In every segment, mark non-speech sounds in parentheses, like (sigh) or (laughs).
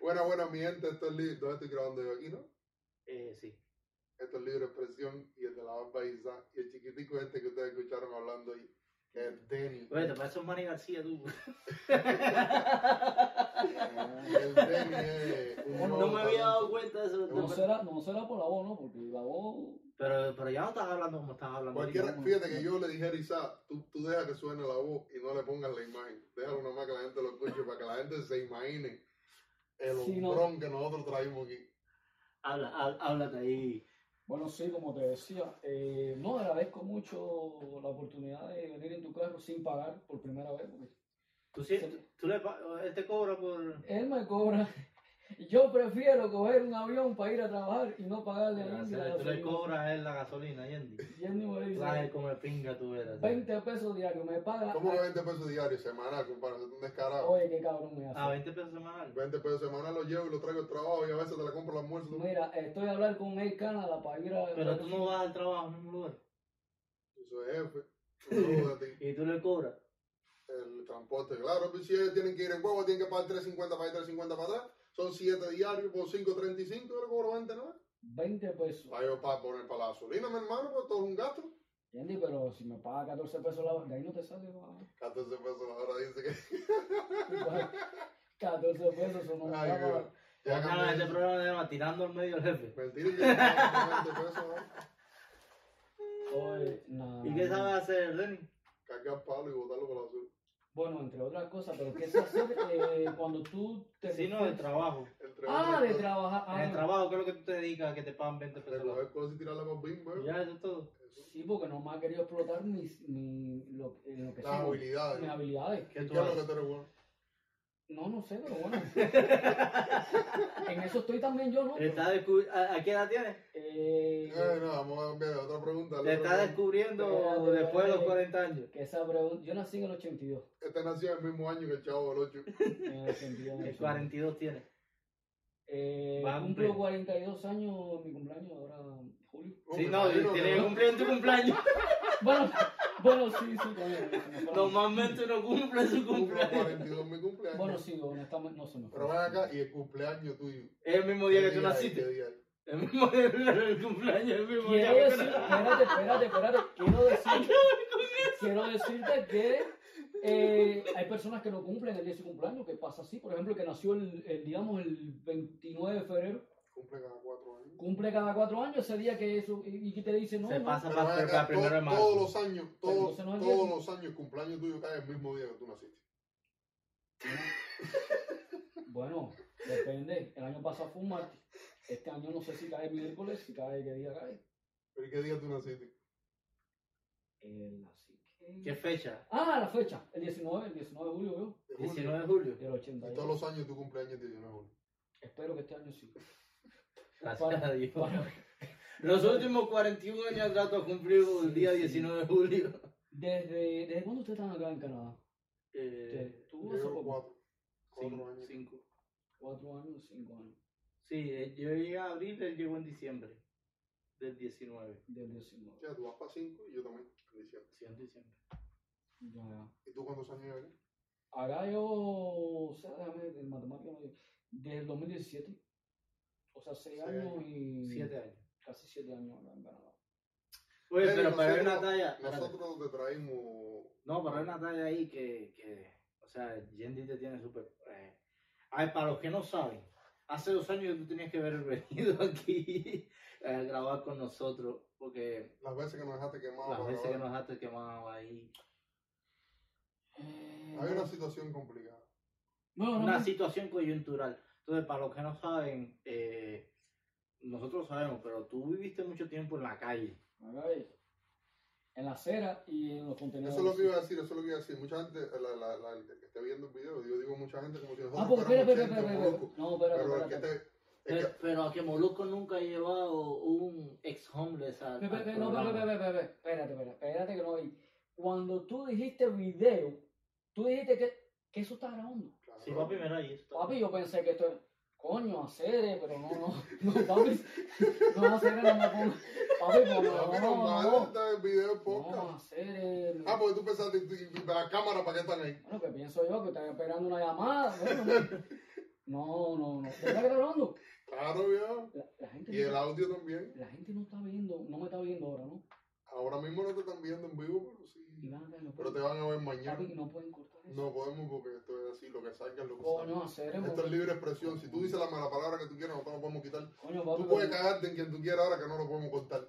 Buena, buena, mi gente. Esto es libre. ¿Dónde estoy grabando yo aquí, no? Eh, sí. Esto es libre expresión y el de la barba Isa y el chiquitico este que ustedes escucharon hablando ahí, que es Denny. Oye, te pareces un Manny García, tú. El Denny es un No nuevo me había dado talento. cuenta de eso. No será, no será por la voz, ¿no? Porque la voz. Pero, pero ya no estás hablando como estás hablando. ahorita. Cualquiera, fíjate que yo le dije a Isa, tú, tú deja que suene la voz y no le pongas la imagen. Déjalo nomás que la gente lo escuche para que la gente se imagine el Sí, no. hombrón que nosotros traímos aquí. Habla, hab- háblate ahí. Bueno, sí, como te decía, eh, no agradezco mucho la oportunidad de venir en tu carro sin pagar por primera vez. Porque Tú, sí, tú, tú le pa- él te cobra por. él me cobra. (laughs) Yo prefiero coger un avión para ir a trabajar y no pagarle a Tú nadie. la le gasolina. cobras a él la gasolina, Yendi. Y él ni me Tú dice, sabes cómo es pinga tú eres. 20 pesos diarios, me paga. ¿Cómo que 20 pesos diarios? Semanal, compadre, es un descarado. Oye, qué cabrón me hace. A 20 pesos semanal. 20 pesos semanal lo llevo y lo traigo al trabajo y a veces te la compro al almuerzo. Mira, estoy a hablar con Air Canada para ir a. Pero tú no vas al trabajo al mismo lugar. Yo soy jefe. saludo a ti. Y tú le cobras. El transporte, claro, pues si ellos tienen que ir en huevo, tienen que pagar 3.50 para ir, 3.50 para atrás. Son 7 diarios por 5.35, yo le cobro 20, ¿no? 20 pesos. Para yo para poner para la gasolina, mi hermano, pues todo es un gasto. Andy, pero si me paga 14 pesos la hora, de ahí no te sale, va. 14 pesos la hora, dice Pues que. (laughs) 14 pesos son un Ay, trago. güey. Ya Ah, este cambié. programa se llama Tirando al medio al jefe. Mentira, que ya 20 pesos, ¿no? Oye, nada. ¿Y qué sabe hacer, Denny? Cargar palo y botarlo para la basura. Bueno, entre otras cosas, pero ¿qué se hace eh, cuando tú te... Si no, de trabajo. Entre Ah, otras de cosas, trabajar. En Ah, el trabajo, ¿qué es lo que tú te dedicas que te pagan 20 pesos? la hora? Recoger cosas y tirarlas para el bing, güey. Ya, eso es todo. Sí, porque no me ha querido explotar mis, mi, lo, en lo que Las soy. habilidades. Mis habilidades. ¿Qué ¿Y tú ¿Qué es lo haces? que te eres bueno? No, no sé, pero bueno. (laughs) en eso estoy también yo, ¿no? Está descubri- ¿A, a qué edad tienes? Eh, Eh, no, vamos a cambiar otra pregunta. la Te otra estás pregunta. descubriendo Espérate, después de los espérate. 40 años. que esa pregunta... Yo nací en el 82. Este nació el mismo año que el chavo del 8. En el 82. en (laughs) El el 82. 42 tienes. Eh, Va a cumplo cumplir. 42 años en mi cumpleaños, ahora en julio. Sí, no, yo tienes que cumplir en tu cumpleaños. Bueno, bueno, sí, sí, coño. se me fue la mano. Normalmente uno cumple su Cumplo (laughs) cumpleaños. 42 mi cumpleaños. Bueno, sí, honestamente no se me fue. Pero ven acá, y el cumpleaños tuyo. Es el mismo día que tú ¿Qué día es? naciste. ¿Qué día es? El mismo día que el cumpleaños, el mismo día Quiero que tú decir, naciste. espérate, espérate, espérate. Quiero decir, quiero decirte que eh, hay personas que no cumplen el día de su cumpleaños, que pasa así. Por ejemplo, el que nació el, el, digamos, el 29 de febrero, Cumple cada cuatro años. cumple cada cuatro años ese día que eso, y, que te dice, no, Se no, pasa Pero para, ven para, acá, primero de to- marzo. todos los años, todos, entonces no es todos viernes. los años el cumpleaños tuyo cae el mismo día que tú naciste. Bueno, depende. El año pasado fue un martes. Este año no sé si cae miércoles, si cae, qué día cae. ¿Pero y qué día tú naciste? El- así que- ¿Qué fecha? Ah, la fecha, el 19, el 19 de julio, yo. De julio. 19 de julio. Del Y 82. todos los años tu cumpleaños es 19 de julio. Espero que este año sí. (laughs) Gracias Para- a Dios. para- Los últimos 41 años atrás tú has cumplido el día 19 de julio. ¿Desde, ¿Desde cuándo ustedes están acá en Canadá? Eh, ¿Tú hace Llevo poco? cuatro. Cuatro cinco- años. cinco. Cuatro años, cinco años. Sí, eh, yo llegué a abril, él llegó en diciembre del 19. Del 19. Ya, tú vas para cinco y yo también. en diciembre. Sí, en diciembre. Ya, ya. ¿Y tú cuántos años eres? Acá yo, o sea, déjame, de matemática, no, desde el 2017. O sea, seis Seis años y. Siete años. Casi siete años acá en Canadá. Oye, Ven, pero para ver nosotros- una talla. espérate. Nosotros te traímos. No, para ver una talla ahí que, que o sea, Yendi te tiene súper. eh. Ay, para los que no saben, hace dos años tú tenías que haber (laughs) venido aquí a grabar con nosotros, porque Las veces que nos dejaste quemado. las para veces que grabar. nos has quemado ahí. Hay una situación complicada. Bueno, una realmente- situación coyuntural. Entonces, para los que no saben, eh, nosotros sabemos, pero tú viviste mucho tiempo en la calle. Acá es. En la acera y en los contenidos. Eso es lo que iba a decir, eso es lo que iba a decir. Mucha gente, la, la, la- el que esté viendo el video, yo digo mucha gente como si nosotros Ah, pues espera, fuéramos gente, espera, espera, espera. Molusco. No, Pero espera, el que este, espera. esté... el Pero, que- pero a que Molusco nunca ha llevado un ex homeless al, al Espérate, no, programa. espérate, espérate, espérate, espérate, espérate que no vi. Cuando tú dijiste video, tú dijiste que, que eso está grabando. Claro. Sí, papi, mira ahí está. Papi, yo pensé que esto era, coño, hacer, eh, pero no, no, no, papi, no, hacer, no, no, no, papi, no, Pero no, papi, no, normal, no, está el video no, podcast. hacer, eh. Ah, pues. porque tú pensaste, tú- tú- la cámara, ¿para qué están ahí? bueno, que pienso yo que están esperando una llamada, bueno, No, no, no. ¿De verdad que está grabando? Claro, viejo. La, la gente Y el no, audio también. la gente no está viendo, no me está viendo ahora, ¿no? Ahora mismo no te están viendo en vivo, pero Y sí. van acá y no Pero pueden, te van a ver papi, mañana. no pueden cortar eso. No podemos porque esto es así, lo que salga es lo que Coño, salga. haceremos. Esto es libre expresión. Si tú dices la mala palabra que tú quieras, nosotros lo podemos quitar. Coño, papi. Tú puedes pero- cagarte en quien tú quieras ahora que no lo podemos contar.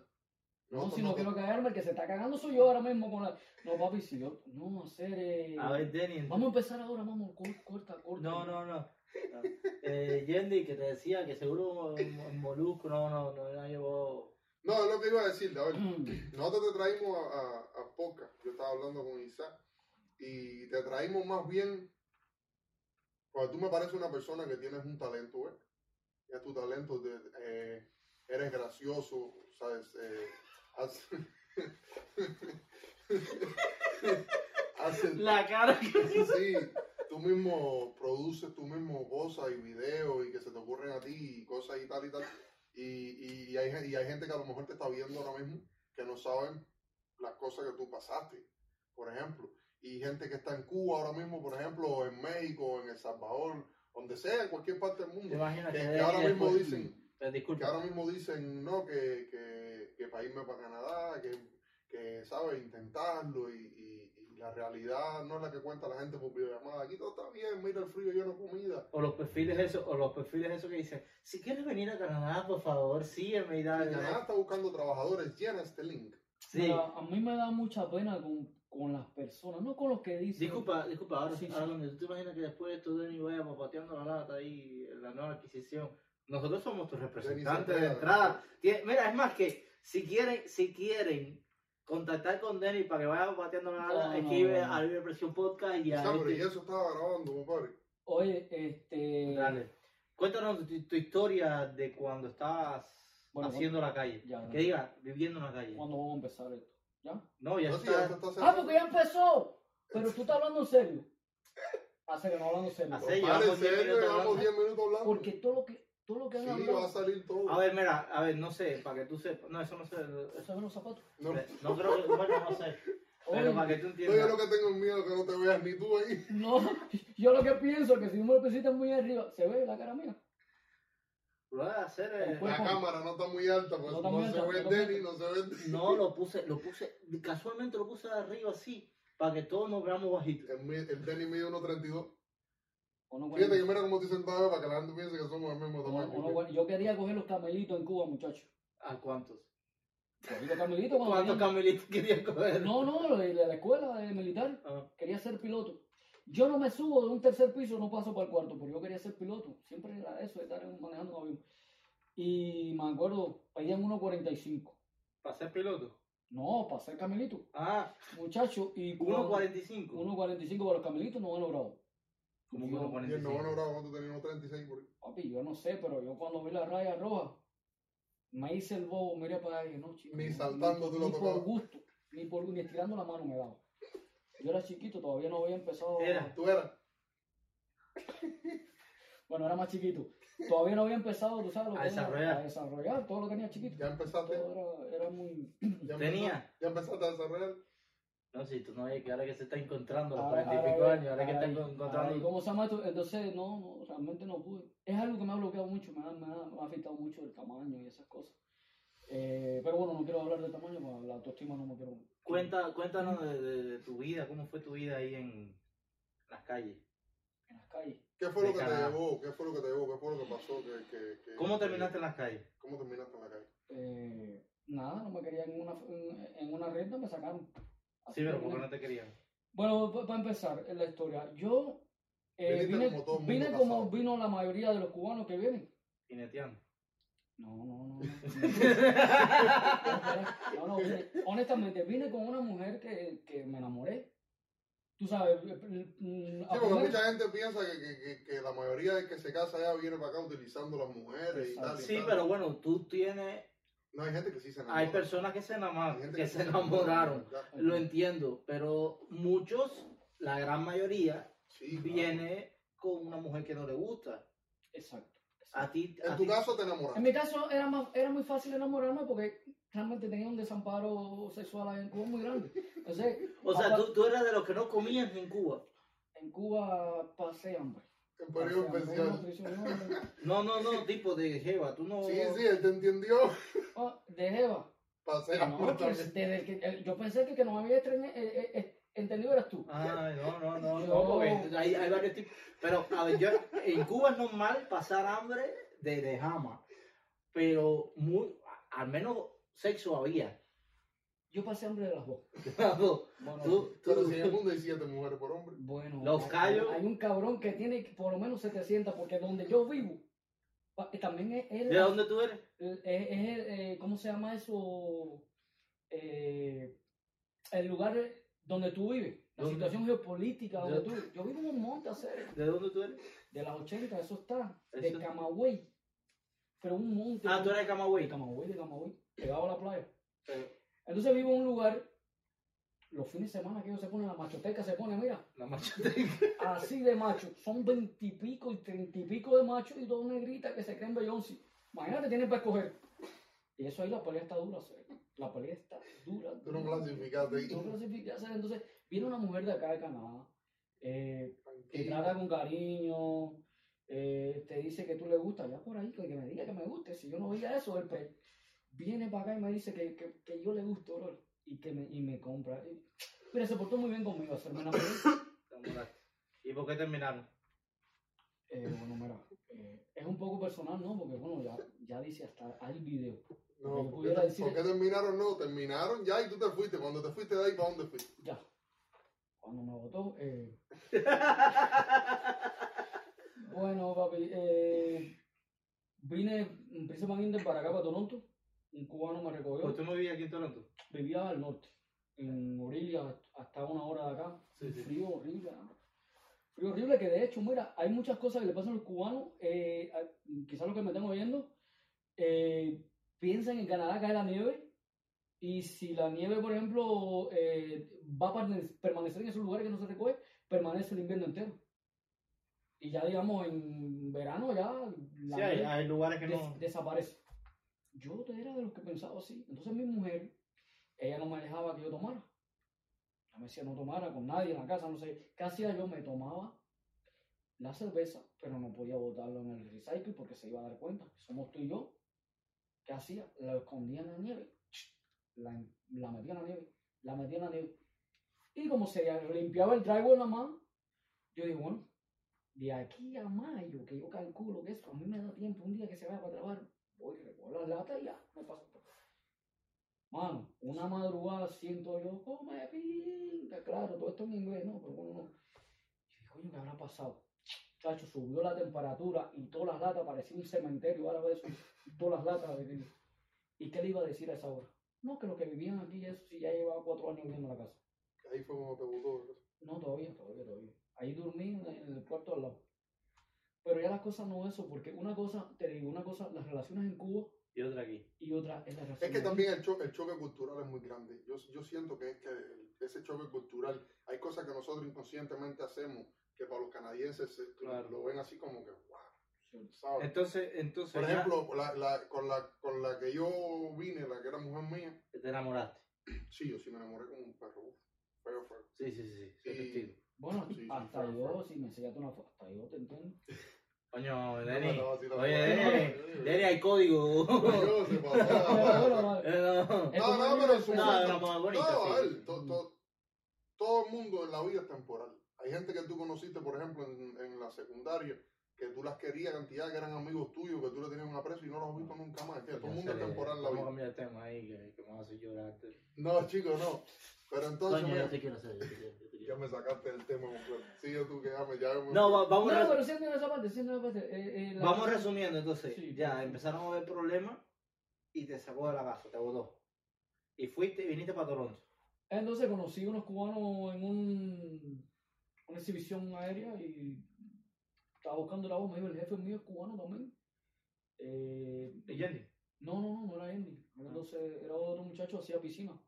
No, Nosotros si no no quiero cagarme, el que se está cagando soy yo ahora mismo con la. No, papi, si yo. No, hacer. eh, A ver, Denny. Vamos a empezar ahora, vamos, cor- corta, corta. No, (clears throat) no, no. No. Eh, Yendi, que te decía que seguro en en Molusco no, no, no, no llevó. No, es lo que iba a decirle. A ver, Mm, nosotros te traímos a, a, a Poca. Yo estaba hablando con Isaac. Y te traímos más bien. Cuando tú me pareces una persona que tienes un talento, ¿eh? Ya tu talento, de, eh, eres gracioso, ¿sabes? Eh, has- (laughs) haces La cara Sí, tú mismo produces, tú mismo cosas y videos y que se te ocurren a ti y cosas y tal y tal. Y, y, y hay, gen- y hay gente que a lo mejor te está viendo ahora mismo que no saben las cosas que tú pasaste, por ejemplo. Y gente que está en Cuba ahora mismo, por ejemplo, o en México, o en El Salvador, donde sea, en cualquier parte del ¿Te mundo. imaginas Que, que, que Denny ahora mismo después- dicen, Eh, que disculpa. ahora mismo dicen, no, que, que, que para irme para Canadá, que, que sabes, intentarlo y, y- y la realidad no es la que cuenta la gente por videollamada. Aquí todo está bien, mira el frío, yo no comida. O los perfiles esos, o los perfiles esos que dicen, si quieres venir a Canadá, por favor, sígueme y El dale. Canadá está buscando trabajadores, llena este link. Sí. mira, a mí me da mucha pena con, con las personas, no con los que dicen. Disculpa, disculpa, ahora Sí, sí, sí. ahora donde tú te imaginas que después de esto Denny vaya papateando la lata ahí, la nueva adquisición. Nosotros somos tus representantes de Denny se pega. entrada. Tie- Mira, es más que si quieren, si quieren contactar con Denny para que vaya pateando la lata, No, escribe no, no. a Libre Presión Podcast y este Está, ahí pero te- y eso estaba grabando, compadre. Oye, este. Dale. Cuéntanos tu, tu historia de cuando estabas Bueno, haciendo la calle. Ya, Que no. diga, viviendo en la calle. ¿Cuándo vamos a empezar esto? ¿Ya? No, ya No, sí, está. esto está ¡Ah, porque ya empezó! Pero tú estás hablando (laughs) en serio. A serio, no hablando en A serio. Compadre, serio. en llevamos pues, diez serio, minutos llevamos hablando. 10 minutos hablando. Porque todo lo que, todo lo que han Sí, va a hablado. salir todo. A ver, mira, a ver, no sé, para que tú sepas. No, eso no sé. este, Eso es los zapatos. no, No creo que. Bueno, no sé. Pero Oye, para que tú no, yo lo entiendas. que tengo es miedo que no te veas ni tú ahí. No, (laughs) yo lo que pienso es que si me lo presentas muy arriba, se ve la cara mía. Lo voy a hacer. eh, Pues, La pues. cámara no está muy alta, pues No no, está muy se alta, ve no el está muy Denny, no se ve el Denny. (laughs) No, lo puse, lo puse. Casualmente lo puse arriba así. Para que todos nos veamos bajitos. El, mi- el Denny mide 1.32. O no, Fíjate que bueno. mira cómo estoy sentado para que la gente piense que somos del mismo O no, tamaño. o no, bueno. Yo quería coger los camelitos en Cuba, muchachos. ¿A cuántos? Los camelitos cuando ¿Cuántos venían- camelitos (laughs) querías coger? No, no, de la, la escuela de militar. Ah, Quería ser piloto. Yo no me subo de un tercer piso, no paso para el cuarto, porque yo quería ser piloto. Siempre era eso, de estar en- manejando un avión. Y me acuerdo, pedían 1.45. ¿Para ser piloto? No, para ser camelito. Ah, Muchacho, y cuando- 1.45. 1.45 para los camelitos, no van bravo. Como que Yo- 1.45. Y el noveno grado, ¿cuánto teníamos? 36 por ahí. Papi, yo no sé, pero yo cuando vi la raya roja, me hice el bobo, miré para allá y dije, no, chico. Ni no, saltando tú lo ni tocabas. por gusto, ni por ni estirando la mano me daba. Yo era chiquito, todavía no había empezado. Era. Tú eras. Bueno, era más chiquito. Todavía no había empezado, tú sabes, lo A que era, desarrollar. a desarrollar, todo lo tenía chiquito. Ya empezaste. Todo era, era muy. Ya empezaste, Tenía. ya empezaste a desarrollar. No, si tú no ves que ahora que se está encontrando a los Ahora- 40 y pico ahora- años, ahora que está ahora- encontrando. ahora, ¿Cómo se llama esto? Entonces, no, no, realmente no pude. Es algo que me ha bloqueado mucho, me ha, me ha- me ha afectado mucho el tamaño y esas cosas. Eh, pero bueno, no quiero hablar de tamaño, porque la autoestima no me quiero. Cuenta, cuéntanos de, de- de tu vida, cómo fue tu vida ahí en las calles. En las calles. ¿Qué fue lo De que te Canadá. llevó? ¿Qué fue lo que te llevó? ¿Qué fue lo que pasó? ¿Qué, qué- qué- ¿Cómo qué- terminaste en las calles? ¿Cómo terminaste en la calle? Eh, nada, no me querían en una, en, en una renta, me sacaron. Así Sí, pero que porque nada. no te querían. Bueno, para empezar eh, la historia, yo eh, Viniste vine, como todo el mundo vine casado. como vino la mayoría de los cubanos que vienen. (laughs) Pineteando. No, no, no. no. (laughs) No, no, vine- honestamente, vine con una mujer que, que me enamoré. Tú sabes, Ah, mm, a Sí, porque primer- mucha gente piensa que, que, que, que la mayoría de que se casa ya viene para acá utilizando las mujeres y Exacto. tal. y sí, tal. pero bueno, tú tienes. No, hay gente que sí se enamora. Hay personas que se Hay enamoraron, gente que se enamoraron. ¿verdad? Lo entiendo, pero muchos, la gran mayoría, Sí, claro. viene con una mujer que no le gusta. Exacto. A ti. a En tu ti- caso te En enamoraste. mi caso era, más, era muy fácil enamorarme porque realmente tenía un desamparo sexual ahí en Cuba muy grande. Entonces, O sea, tú, tú eras de los que no comías en Cuba. en Cuba pasé hambre. en periodo Hacían especial. nutricionales. No, no, no, tipo de Jeva, tú no. Sí, sí, él te entendió. Oh, de Jeva. Pasea No, por pues, también. desde el que- el- yo pensé que el que no me había estreñe- eh, eh, eh, entendido eras tú. Ay, no, no, (laughs) no, no, No. porque hay, hay varios tipos. Pero, a ver, yo, en Cuba es normal pasar hambre de, de jama, pero muy, al menos sexo había. (laughs) Yo pasé hambre de las dos. Tú, Bueno, tú- Pero si en el mundo hay siete mujeres por hombre. bueno, Los hay- callos. Hay un cabrón que tiene por lo menos 700, porque donde yo vivo, pa- eh, también es, es ¿De la- dónde tú eres? el- es- es el, eh, ¿cómo se llama eso? Eh, el lugar donde tú vives, la ¿Dónde? situación geopolítica donde Yo- tú vives. Yo vivo en un monte, hacer ¿De dónde tú eres? de las 80, eso está, Eso- de Camagüey, pero un monte. Ah, tú eres de de Camagüey. Camagüey, de Camagüey, pegado a la playa. Pero- Entonces vivo en un lugar, los fines de semana que ellos se ponen, la machoteca se pone, mira, La machoteca. (laughs) así de macho, son veintipico y treinta y pico de machos y dos negritas que se creen Beyoncé. Imagínate, tienen para escoger. Y eso ahí la pelea está dura, ¿sabes? La pelea está dura. Tú no dura. clasificaste ahí. No clasificaste, ¿sabes? Entonces, viene una mujer de acá de Canadá, eh, te Tranquilo. trata con cariño, eh, te dice que tú le gustas, ya por ahí, que que me diga que me guste. Si yo no veía eso, el pre viene para acá y me dice que, que, que yo le gusto, bro, y que me, y me compra. Y- Mira, se portó muy bien conmigo, hacerme una ¿Y por qué terminaron? Eh, bueno, mira, eh, es un poco personal, ¿no? Porque, bueno, ya, ya dice hasta hay video. No, Yo ¿por qué, pudiera te- decir- por qué terminaron? No, terminaron ya y tú te fuiste. Cuando te fuiste de ahí, ¿para dónde fuiste? Ya. Cuando me votó, eh... bueno, papi, eh... vine principalmente para acá, para Toronto. Un cubano me recogió. Pues tú no vivías aquí en Toronto. Vivía al norte, en Orilia, hasta una hora de acá. Sí, sí. Frío horrible. ¿no? Frío horrible que de hecho, mira, hay muchas cosas que le pasan a los cubanos, eh, a- quizás los que me están oyendo, eh, piensan en Canadá cae la nieve y si la nieve, por ejemplo, eh, va a permane- permanecer en esos lugares que no se recoge, permanece el invierno entero. Y ya, digamos, en verano ya la Sí, hay, nieve- hay lugares que des- no. desaparece. Yo era de los que pensaba así. Entonces mi mujer, ella no me dejaba que yo tomara. Ella me decía no tomara con nadie en la casa, no sé. ¿Qué hacía yo? Me tomaba la cerveza, pero no podía botarlo en el recycle porque se iba a dar cuenta. Somos tú y yo. ¿Qué hacía? La escondía en la nieve. La, la metía en la nieve. La metía en la nieve. Y como se limpiaba el drywall nada más, yo digo, bueno, de aquí a mayo, que yo calculo que eso a mí me da tiempo un día que se vaya para trabajar, voy, recojo las latas y ya, me paso. por acá. Mano, una madrugada siento yo, oh me pinta, claro, todo esto en inglés, no, pero bueno, no. Y dije, coño, ¿qué habrá pasado? Chacho, subió la temperatura y todas las latas parecía un cementerio, ahora eso, todas las latas. de- ¿Y qué le iba a decir a esa hora? No, que los que vivían aquí, eso sí, ya llevaba cuatro años viviendo en la casa. Ahí fue como te botó. ¿verdad? No, todavía, todavía, todavía. Ahí dormí en en el cuarto al lado. Pero ya las cosas no eso, porque una cosa, te digo, una cosa, las relaciones en Cuba Y otra aquí. y otra es la relación. Es que aquí. también el, cho- el choque cultural es muy grande. Yo, yo siento que, es que el- ese choque cultural, hay cosas que nosotros inconscientemente hacemos que para los canadienses se- Claro. lo ven así como que, wow, Sí. ¿sabes? Entonces, entonces. Por ya ejemplo, la- la- con, la, con la que yo vine, la que era mujer mía, Te enamoraste. sí, yo sí me enamoré como un perro. uf, feo, feo. Sí, sí, sí. sí. Sí. Soy testigo. Bueno, Sí, sí, hasta fue- yo, fue. si me enseñaste una foto, hasta yo (laughs) te entiendo. Coño, No me Denny. estaba vacilando. Oye, Denny. Oye, Denny, hay código. (laughs) Yo se (laughs) Pero pasaba. bueno, vale. Eh, no. Es No, como no, un pero en su universo. No, momento- era más bonita, No, a sí. ver, to- to- todo el mundo en la vida es temporal. Hay gente que tú conociste, por ejemplo, en, en la secundaria, que tú las querías cantidad, que eran amigos tuyos, que tú le tenías un aprecio y no los has visto nunca más. Pues Que todo el mundo es temporal en la Vamos a vida. cambiar de tema ahí, que, que me vas a hacer llorar. No, chicos, no. Pero entonces, Coño, yo mira, te quiero (laughs) hacer. yo te quiero, yo te ya quiero. me sacaste del tema completo. Sigue tú que ya me ya me- No, va- (laughs) vamos, No, a pero siendo esa parte, siendo esa parte. eh, eh, la- Vamos resumiendo, entonces, Sí. ya empezaron a haber problemas y te sacó de la casa, te botó. Y fuiste, viniste para Toronto. Entonces conocí unos cubanos en un, una exhibición aérea y estaba buscando la voz, me dijo, el jefe mío es cubano también. Eh, ¿Y Jenny? No, no, no, no era Andy. Ah. Era, entonces, era otro muchacho, hacía piscina.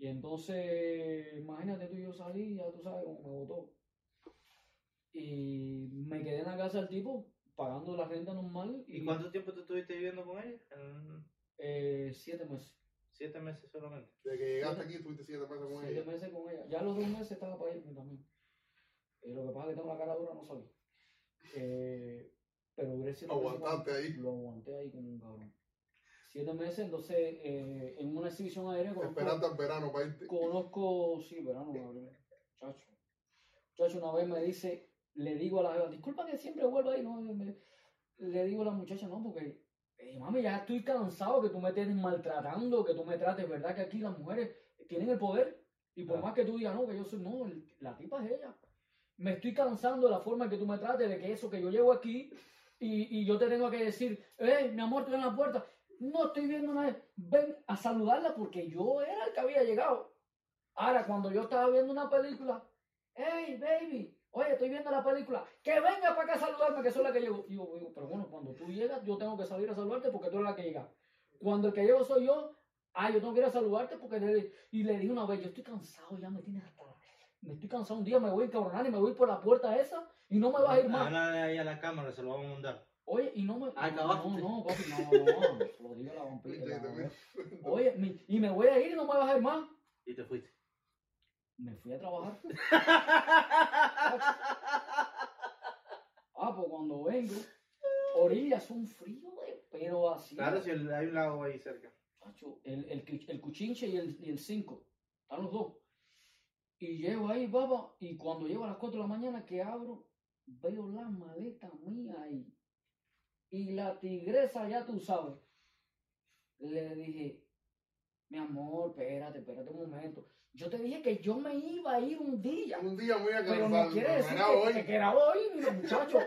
Y entonces, imagínate tú y yo salí, ya tú sabes cómo me botó. Y me quedé en la casa del tipo, pagando la renta normal. ¿Y cuánto tiempo tú estuviste viviendo con ella? En Eh, siete meses. siete meses solamente. De que llegaste aquí, estuviste siete meses con Siete ella. meses con ella. Ya los dos meses estaba para irme también. Eh, lo que pasa es que tengo la cara dura, no salí. Eh, pero duré siete Aguantante meses. ahí. Lo aguanté ahí como un cabrón. Siete meses, entonces eh, en una exhibición aérea conozco, Esperando al verano para irte. conozco sí, verano, Gabriel. Chacho. Chacho una vez me dice, le digo a la jeva, disculpa que siempre vuelvo ahí, no, me- le digo a la muchacha, no, porque, eh, mami, ya estoy cansado que tú me estés maltratando, que tú me trates, ¿verdad? Que aquí las mujeres tienen el poder. Y por Ah. más que tú digas, no, que yo soy, no, el- la tipa es ella. Me estoy cansando de la forma en que tú me trates, de que eso que yo llevo aquí y, y yo te tengo que decir, eh, mi amor, tú en la puerta. No estoy viendo nada. Ven a saludarla porque yo era el que había llegado. Ahora, cuando yo estaba viendo una película, hey, baby, oye, estoy viendo la película, que venga para acá a saludarme, que soy la que llego. Y yo digo, pero bueno, cuando tú llegas, yo tengo que salir a saludarte porque tú eres la que llega. Cuando el que llego soy yo, ah, yo tengo que ir a saludarte porque... le- Y le dije una vez, yo estoy cansado, ya me tienes hasta... la- Me estoy cansado, un día me voy a encabronar y me voy por la puerta esa y no me vas a ir más. Háblale ahí a la cámara, se lo vamos a mandar. Oye, y no me. Acabaste. No, no, papi, no, no, no. se Lo digo a la vampira. la vampira. Oye, mi- y me voy a ir y no me vas a ir más. Y te fuiste. Me fui a trabajar. Ah, pues cuando vengo, orillas son frío, de- pero así. Claro, si el- hay un lago ahí cerca. Chacho, el, el, cu- el cuchinche y el, y el cinco. Están los dos. Y llego ahí, baba, y cuando llego a las 4 de la mañana que abro, veo la maleta mía ahí. Y la tigresa, ya tú sabes. Le dije, mi amor, espérate, espérate un momento. Yo te dije que yo me iba a ir un día. Un día muy Pero no cansado. quiere decir era que, que- hoy. que era hoy, mi muchacho.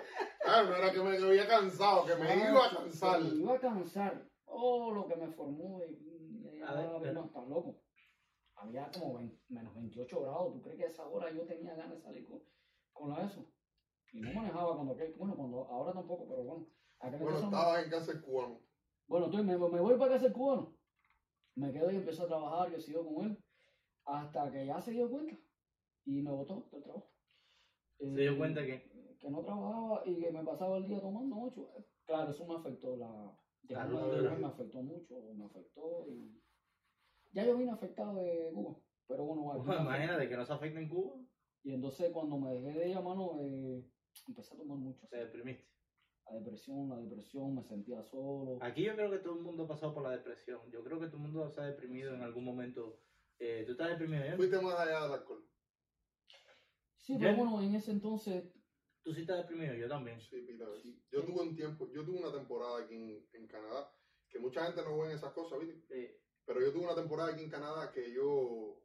Ah, no era que me había cansado, que Ah, me iba a cansar. Me iba a cansar. Oh, lo que me formó. Y, y- A ver, ah, pero- no, estás loco. Había como vein- menos 28 grados. ¿Tú crees que a esa hora yo tenía ganas de salir con, con la eso? Y no manejaba cuando aquel. Bueno, cuando, ahora tampoco, pero bueno. aquel Bueno, entonces- estaba en casa del cubano. bueno, entonces me, me voy para casa del cubano. Me quedo y empecé a trabajar, yo sigo con él. Hasta que ya se dio cuenta. Y me botó del trabajo. Eh, Se dio cuenta que- Que no trabajaba y que me pasaba el día tomando mucho. Claro, eso me afectó. La, La dejarme de ruptura. beber me afectó mucho, me afectó. Y... Ya yo vine afectado de Cuba. Pero bueno, vale, Bueno, me afectó. (laughs) imagínate que no se afecta en Cuba. Y entonces cuando me dejé de ella, mano, eh, empecé a tomar mucho. Te deprimiste. La depresión, la depresión, me sentía solo. Aquí yo creo que todo el mundo ha pasado por la depresión. Yo creo que todo el mundo se ha deprimido en algún momento. Eh, ¿Tú estás deprimido? Ian? Fuiste más allá del alcohol. Sí, Ya- pero bueno, en ese entonces Tú sí estás deprimido, yo también. Sí, pila de veces. Yo tuve un tiempo, yo tuve una temporada aquí en, en Canadá, que mucha gente no ve esas cosas, ¿viste? Eh, Pero yo tuve una temporada aquí en Canadá que yo.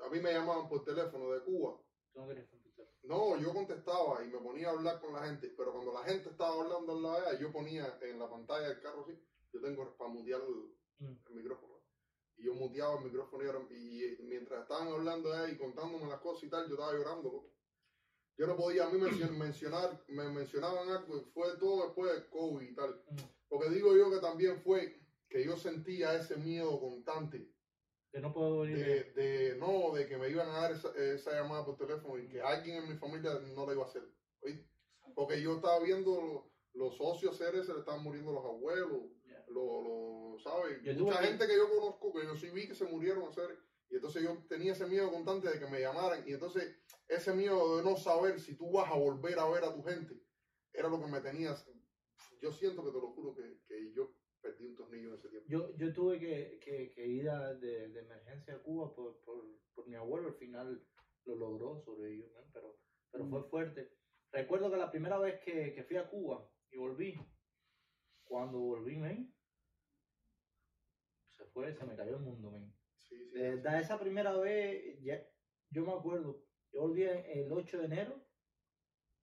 A mí me llamaban por teléfono de Cuba. tú no querías contestar. No, yo contestaba y me ponía a hablar con la gente, pero cuando la gente estaba hablando en la vea, yo ponía en la pantalla del carro así, yo tengo para mutear el, Mm. el micrófono. Y yo muteaba el micrófono y, era- y, eh, mientras estaban hablando ahí y contándome las cosas y tal, yo estaba llorando. loco. Yo no podía, a mí mencio- mencionar, me mencionaban algo, y fue todo después del COVID y tal. Mm. Porque digo yo que también fue que yo sentía ese miedo constante Que no puedo venir. de, de- no, de que me iban a dar esa, esa llamada por teléfono y que alguien en mi familia no la iba a hacer. ¿oíste? Porque yo estaba viendo lo- los socios seres, se le estaban muriendo los abuelos, Ya. lo, lo- ¿sabes? Yo Mucha tuve- gente que yo conozco, que yo sí vi que se murieron a seres. Y entonces yo tenía ese miedo constante de que me llamaran. Y entonces ese miedo de no saber si tú vas a volver a ver a tu gente, era lo que me tenías. Yo siento que te lo juro que, que yo perdí un tornillo en ese tiempo. Yo, yo tuve que, que- que ir a- de, de emergencia a Cuba por, por, por mi abuelo, al final lo logró, sobrevivió, man, pero, pero fue Mm. fuerte. Recuerdo que la primera vez que, que fui a Cuba y volví, cuando volví, men, se fue, se me cayó el mundo, men. Sí, sí, De verdad, Eh, esa primera vez, ya, yo me acuerdo, yo volví en- el 8 de enero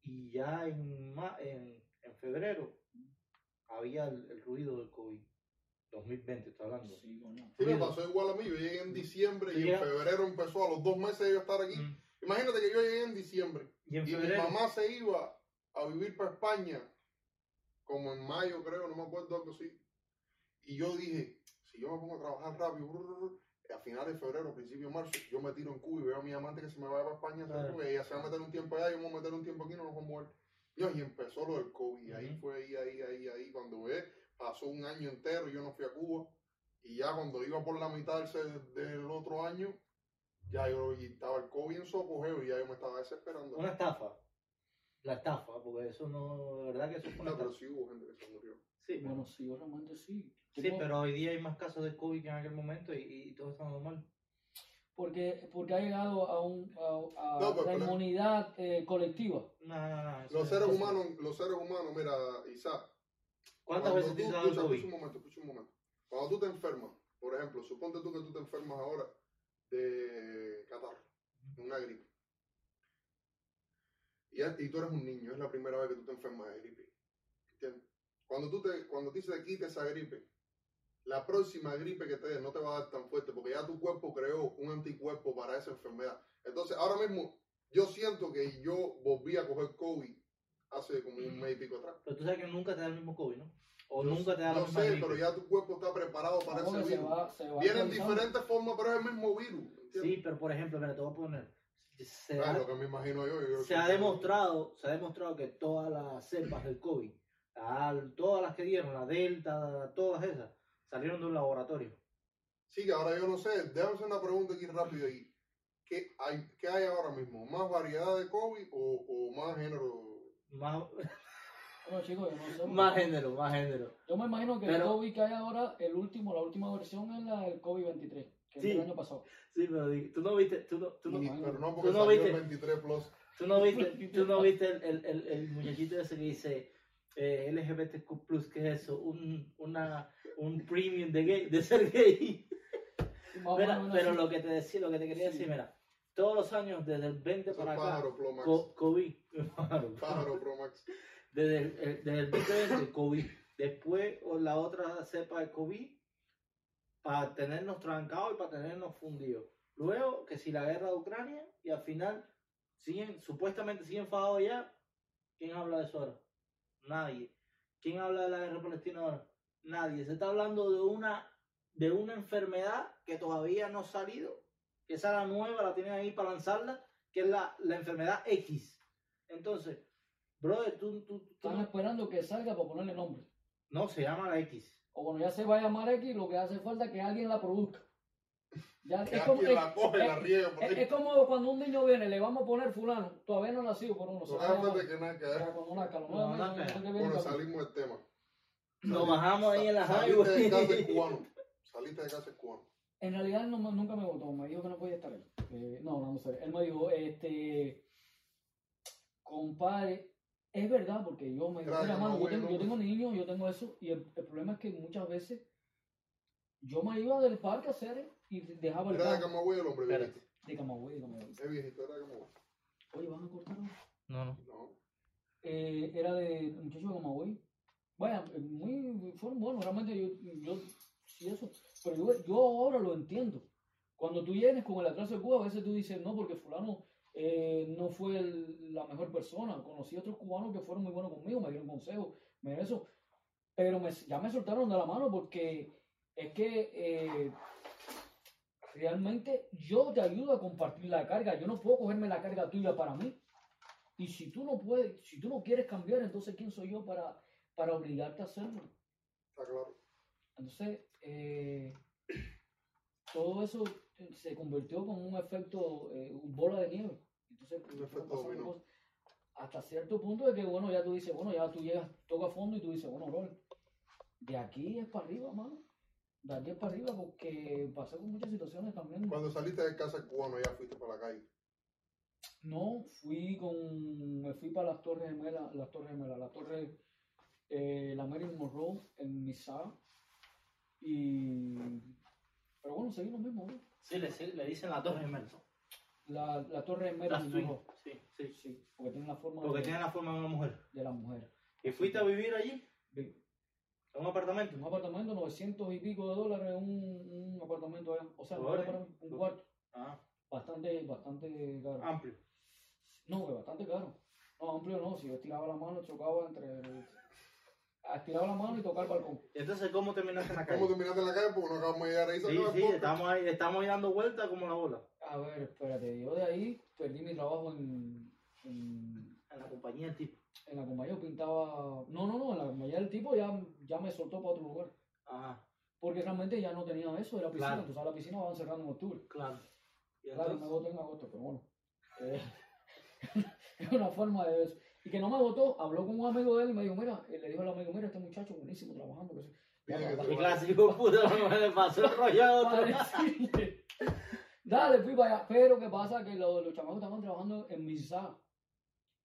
y ya en, ma- en, en febrero había el, el ruido del COVID. 2020, estoy hablando. Sí, coño. Sí, me Ruido. pasó igual a mí. Yo llegué en diciembre Tú y en llegas- febrero empezó a los dos meses de yo estar aquí. Mm. Imagínate que yo llegué en diciembre Y en y mi febrero, mamá se iba a vivir para España, como en mayo creo, no me acuerdo algo así. Y yo dije, si yo me pongo a trabajar rápido, brr, brr, brr, a finales de febrero, principio de marzo, yo me tiro en Cuba y veo a mi amante que se me va para España, ¿sabes? Claro. porque ella se va a meter un tiempo allá, yo me voy a meter un tiempo aquí, no nos vamos a mover. Dios, y empezó lo del COVID, y ahí Ujú. fue ahí, ahí, ahí, ahí, cuando ve, pasó un año entero, y yo no fui a Cuba, y ya cuando iba por la mitad del, se- del otro año, ya yo y estaba el COVID en su apogeo y ya yo me estaba desesperando. una estafa. la estafa, porque eso no, de verdad que eso fue una No, pero estafa. sí hubo gente que se murió. Sí, Bueno, sí, realmente sí. sí, Tengo- pero hoy día hay más casos de COVID que en aquel momento y, y todo está normal. Porque, porque ha llegado a, un, a, a No, pues, pero- la pero- inmunidad eh, colectiva. No, no, no. eso Los es- seres eso- humanos, los seres humanos, mira, Isaac, ¿Cuántas Cuando veces te tú- has dado el escucha, escucha COVID? un momento, escucha un momento. Cuando tú te enfermas, por ejemplo, suponte tú que tú te enfermas ahora de catarro, de una gripe. Y, a- y tú eres un niño, es la primera vez que tú te enfermas de gripe. ¿Entiendes? Cuando, tú te, cuando a ti se te quita esa gripe, la próxima gripe que te dé no te va a dar tan fuerte porque ya tu cuerpo creó un anticuerpo para esa enfermedad. Entonces, ahora mismo, yo siento que yo volví a coger COVID hace como un mes y pico atrás. Pero tú sabes que nunca te da el mismo COVID, ¿no? O Yo nunca te da la No misma sé, gripe. pero ya tu cuerpo está preparado para Ahora ese se virus. va, se va Vienen actualizando. diferentes formas, pero es el mismo virus. ¿entiendes? Sí, pero por ejemplo, mira, te voy a poner. Se Ah, ha, lo que me imagino yo. yo se creo ha que- demostrado, se ha demostrado que todas las cepas del COVID, la al- todas las que dieron, la Delta, todas esas, salieron de un laboratorio. Sí, que ahora yo no sé. Déjame hacer una pregunta aquí rápido. ahí. ¿Qué, hay, ¿Qué hay ahora mismo? ¿Más variedad de COVID o, o más género? Más, Bueno, chicos, yo no sé. más género, más género. Yo me imagino que el Pero- COVID que hay ahora, el último, la última versión es la del COVID-23, que Sí. es del año pasado. Sí, pero di- tú no viste, tú no, tú no, Ni- pero no porque tú no salió viste. el 23 Plus. tú no viste, tú no viste el, el, el, el muñequito ese que dice eh, LGBTQ+, ¿qué es eso? Un, una, un premium de, gay, de ser gay. Y más o Mira, menos pero así. lo que te decía, lo que te quería Sí. decir, mira, todos los años desde el 20 Eso es para acá, pájaro Pro Max. co- COVID, Pájaro Pro (laughs) Max. desde el, el- desde el 2020 COVID, después o la otra cepa de COVID, para tenernos trancados y para tenernos fundidos. Luego que si la guerra de Ucrania y al final siguen, supuestamente siguen enfadados ya, ¿quién habla de eso ahora? Nadie. ¿Quién habla de la guerra palestina ahora? Nadie. Se está hablando de una de una enfermedad que todavía no ha salido, que esa la nueva la tienen ahí para lanzarla, que es la, la enfermedad X. Entonces, brother, tú, tú, tú Están no, esperando que salga para ponerle nombre. no, se llama la X. O bueno, ya se va a llamar X, lo que hace falta es que alguien la produzca. Ya, Que es, como, alguien es- la coge, la es- riega por es- ahí. es como cuando un niño viene, le vamos a poner fulano, todavía no nacido por uno. se No, va a llamar- antes de que nada que ya, cuando nazca, lo No, nuevamente, nazca. no sé qué viene, Bueno, capaz. salimos del tema. Nos Sali- bajamos ahí en la sa- Saliste de casa es highway. cubano. Saliste de casa es cubano. En realidad no me- nunca me votó, me dijo que no podía estar él. Eh, no, no, no sé. Él me dijo, este, compadre, es verdad, porque yo me Claro, mira, no, mano, yo, güey, tengo, no. yo tengo niños, yo tengo eso, y el, el problema es que muchas veces yo me iba del parque a hacer eh, y dejaba el Era de parque. Camagüey el hombre viejito. Espérate. De Camagüey, de Camagüey. Es viejito, era de Camagüey. Oye, ¿van a cortar? No, no. No. Eh, era de muchacho de Camagüey. Bueno, eh, muy, fueron buenos, realmente yo, yo, sí eso, pero yo, yo ahora lo entiendo. Cuando tú vienes con el atraso de Cuba, a veces tú dices, no, porque fulano eh, no fue el- la mejor persona. Conocí a otros cubanos que fueron muy buenos conmigo, me dieron consejos, me dieron eso. Pero me- ya me soltaron de la mano porque es que eh, realmente yo te ayudo a compartir la carga. Yo no puedo cogerme la carga tuya para mí. Y si tú no puedes, si tú no quieres cambiar, entonces ¿quién soy yo para, para obligarte a hacerlo? Está claro. Entonces, eh, (clears throat) todo eso eh, se convirtió como un efecto eh, bola de nieve. Entonces, pues, Un efecto fueron pasando dominó. cosas. hasta cierto punto de que, bueno, ya tú dices, bueno, ya tú llegas, toca fondo y tú dices, bueno, bro, de aquí es para arriba, mano. De aquí es para arriba porque pasé con muchas situaciones también. Cuando saliste de casa del cubano ya fuiste para la calle. No, fui con, me fui para las Torres Gemelas, las Torres Gemelas, la Torre, eh, la Mary Monroe en Misa. Y, pero bueno, seguí lo mismo, ¿no? Sí, le, le dicen la torre gemela. La, la Torre Mary Las twin. Monroe, Sí, sí. sí, porque tiene la forma Porque de, tiene la forma de una mujer. de la mujer. ¿Y fuiste a vivir allí? Vi- ¿En un apartamento? Un apartamento, 900 y pico de dólares, un, un apartamento allá, o sea, un, Dólares. apartamento, un cuarto, Ah, bastante, bastante caro. amplio. No, que bastante caro. No, amplio no, si yo estiraba la mano, chocaba entre, estiraba la mano y tocaba el balcón. ¿Y entonces cómo terminaste en la ¿Cómo calle? terminaste en la calle? Porque no acabamos de llegar ahí. Sí, sí, estamos ahí, estamos ahí dando vueltas como la bola. A ver, espérate, yo de ahí perdí mi trabajo en, en, En la compañía del tipo. en la compañía, yo pintaba... No, no, no, en la compañía del tipo ya, ya me soltó para otro lugar. Ajá, Porque realmente ya no tenía eso, era piscina, Claro. tú sabes, la piscina van cerrando en octubre. claro. ¿Y Claro, me entonces? (laughs) voté en agosto, pero bueno. Eh, es una forma de eso. y que no me votó, habló con un amigo de él y me dijo, mira, y le dijo al amigo, mira, este muchacho buenísimo trabajando. Que sí. Mira que Y clasificó (laughs) puta, no me le pasó el rollo a otro. Para decirle, (laughs) Dale, fui para allá. Pero ¿qué pasa? Que los, los chamacos estaban trabajando en Misa.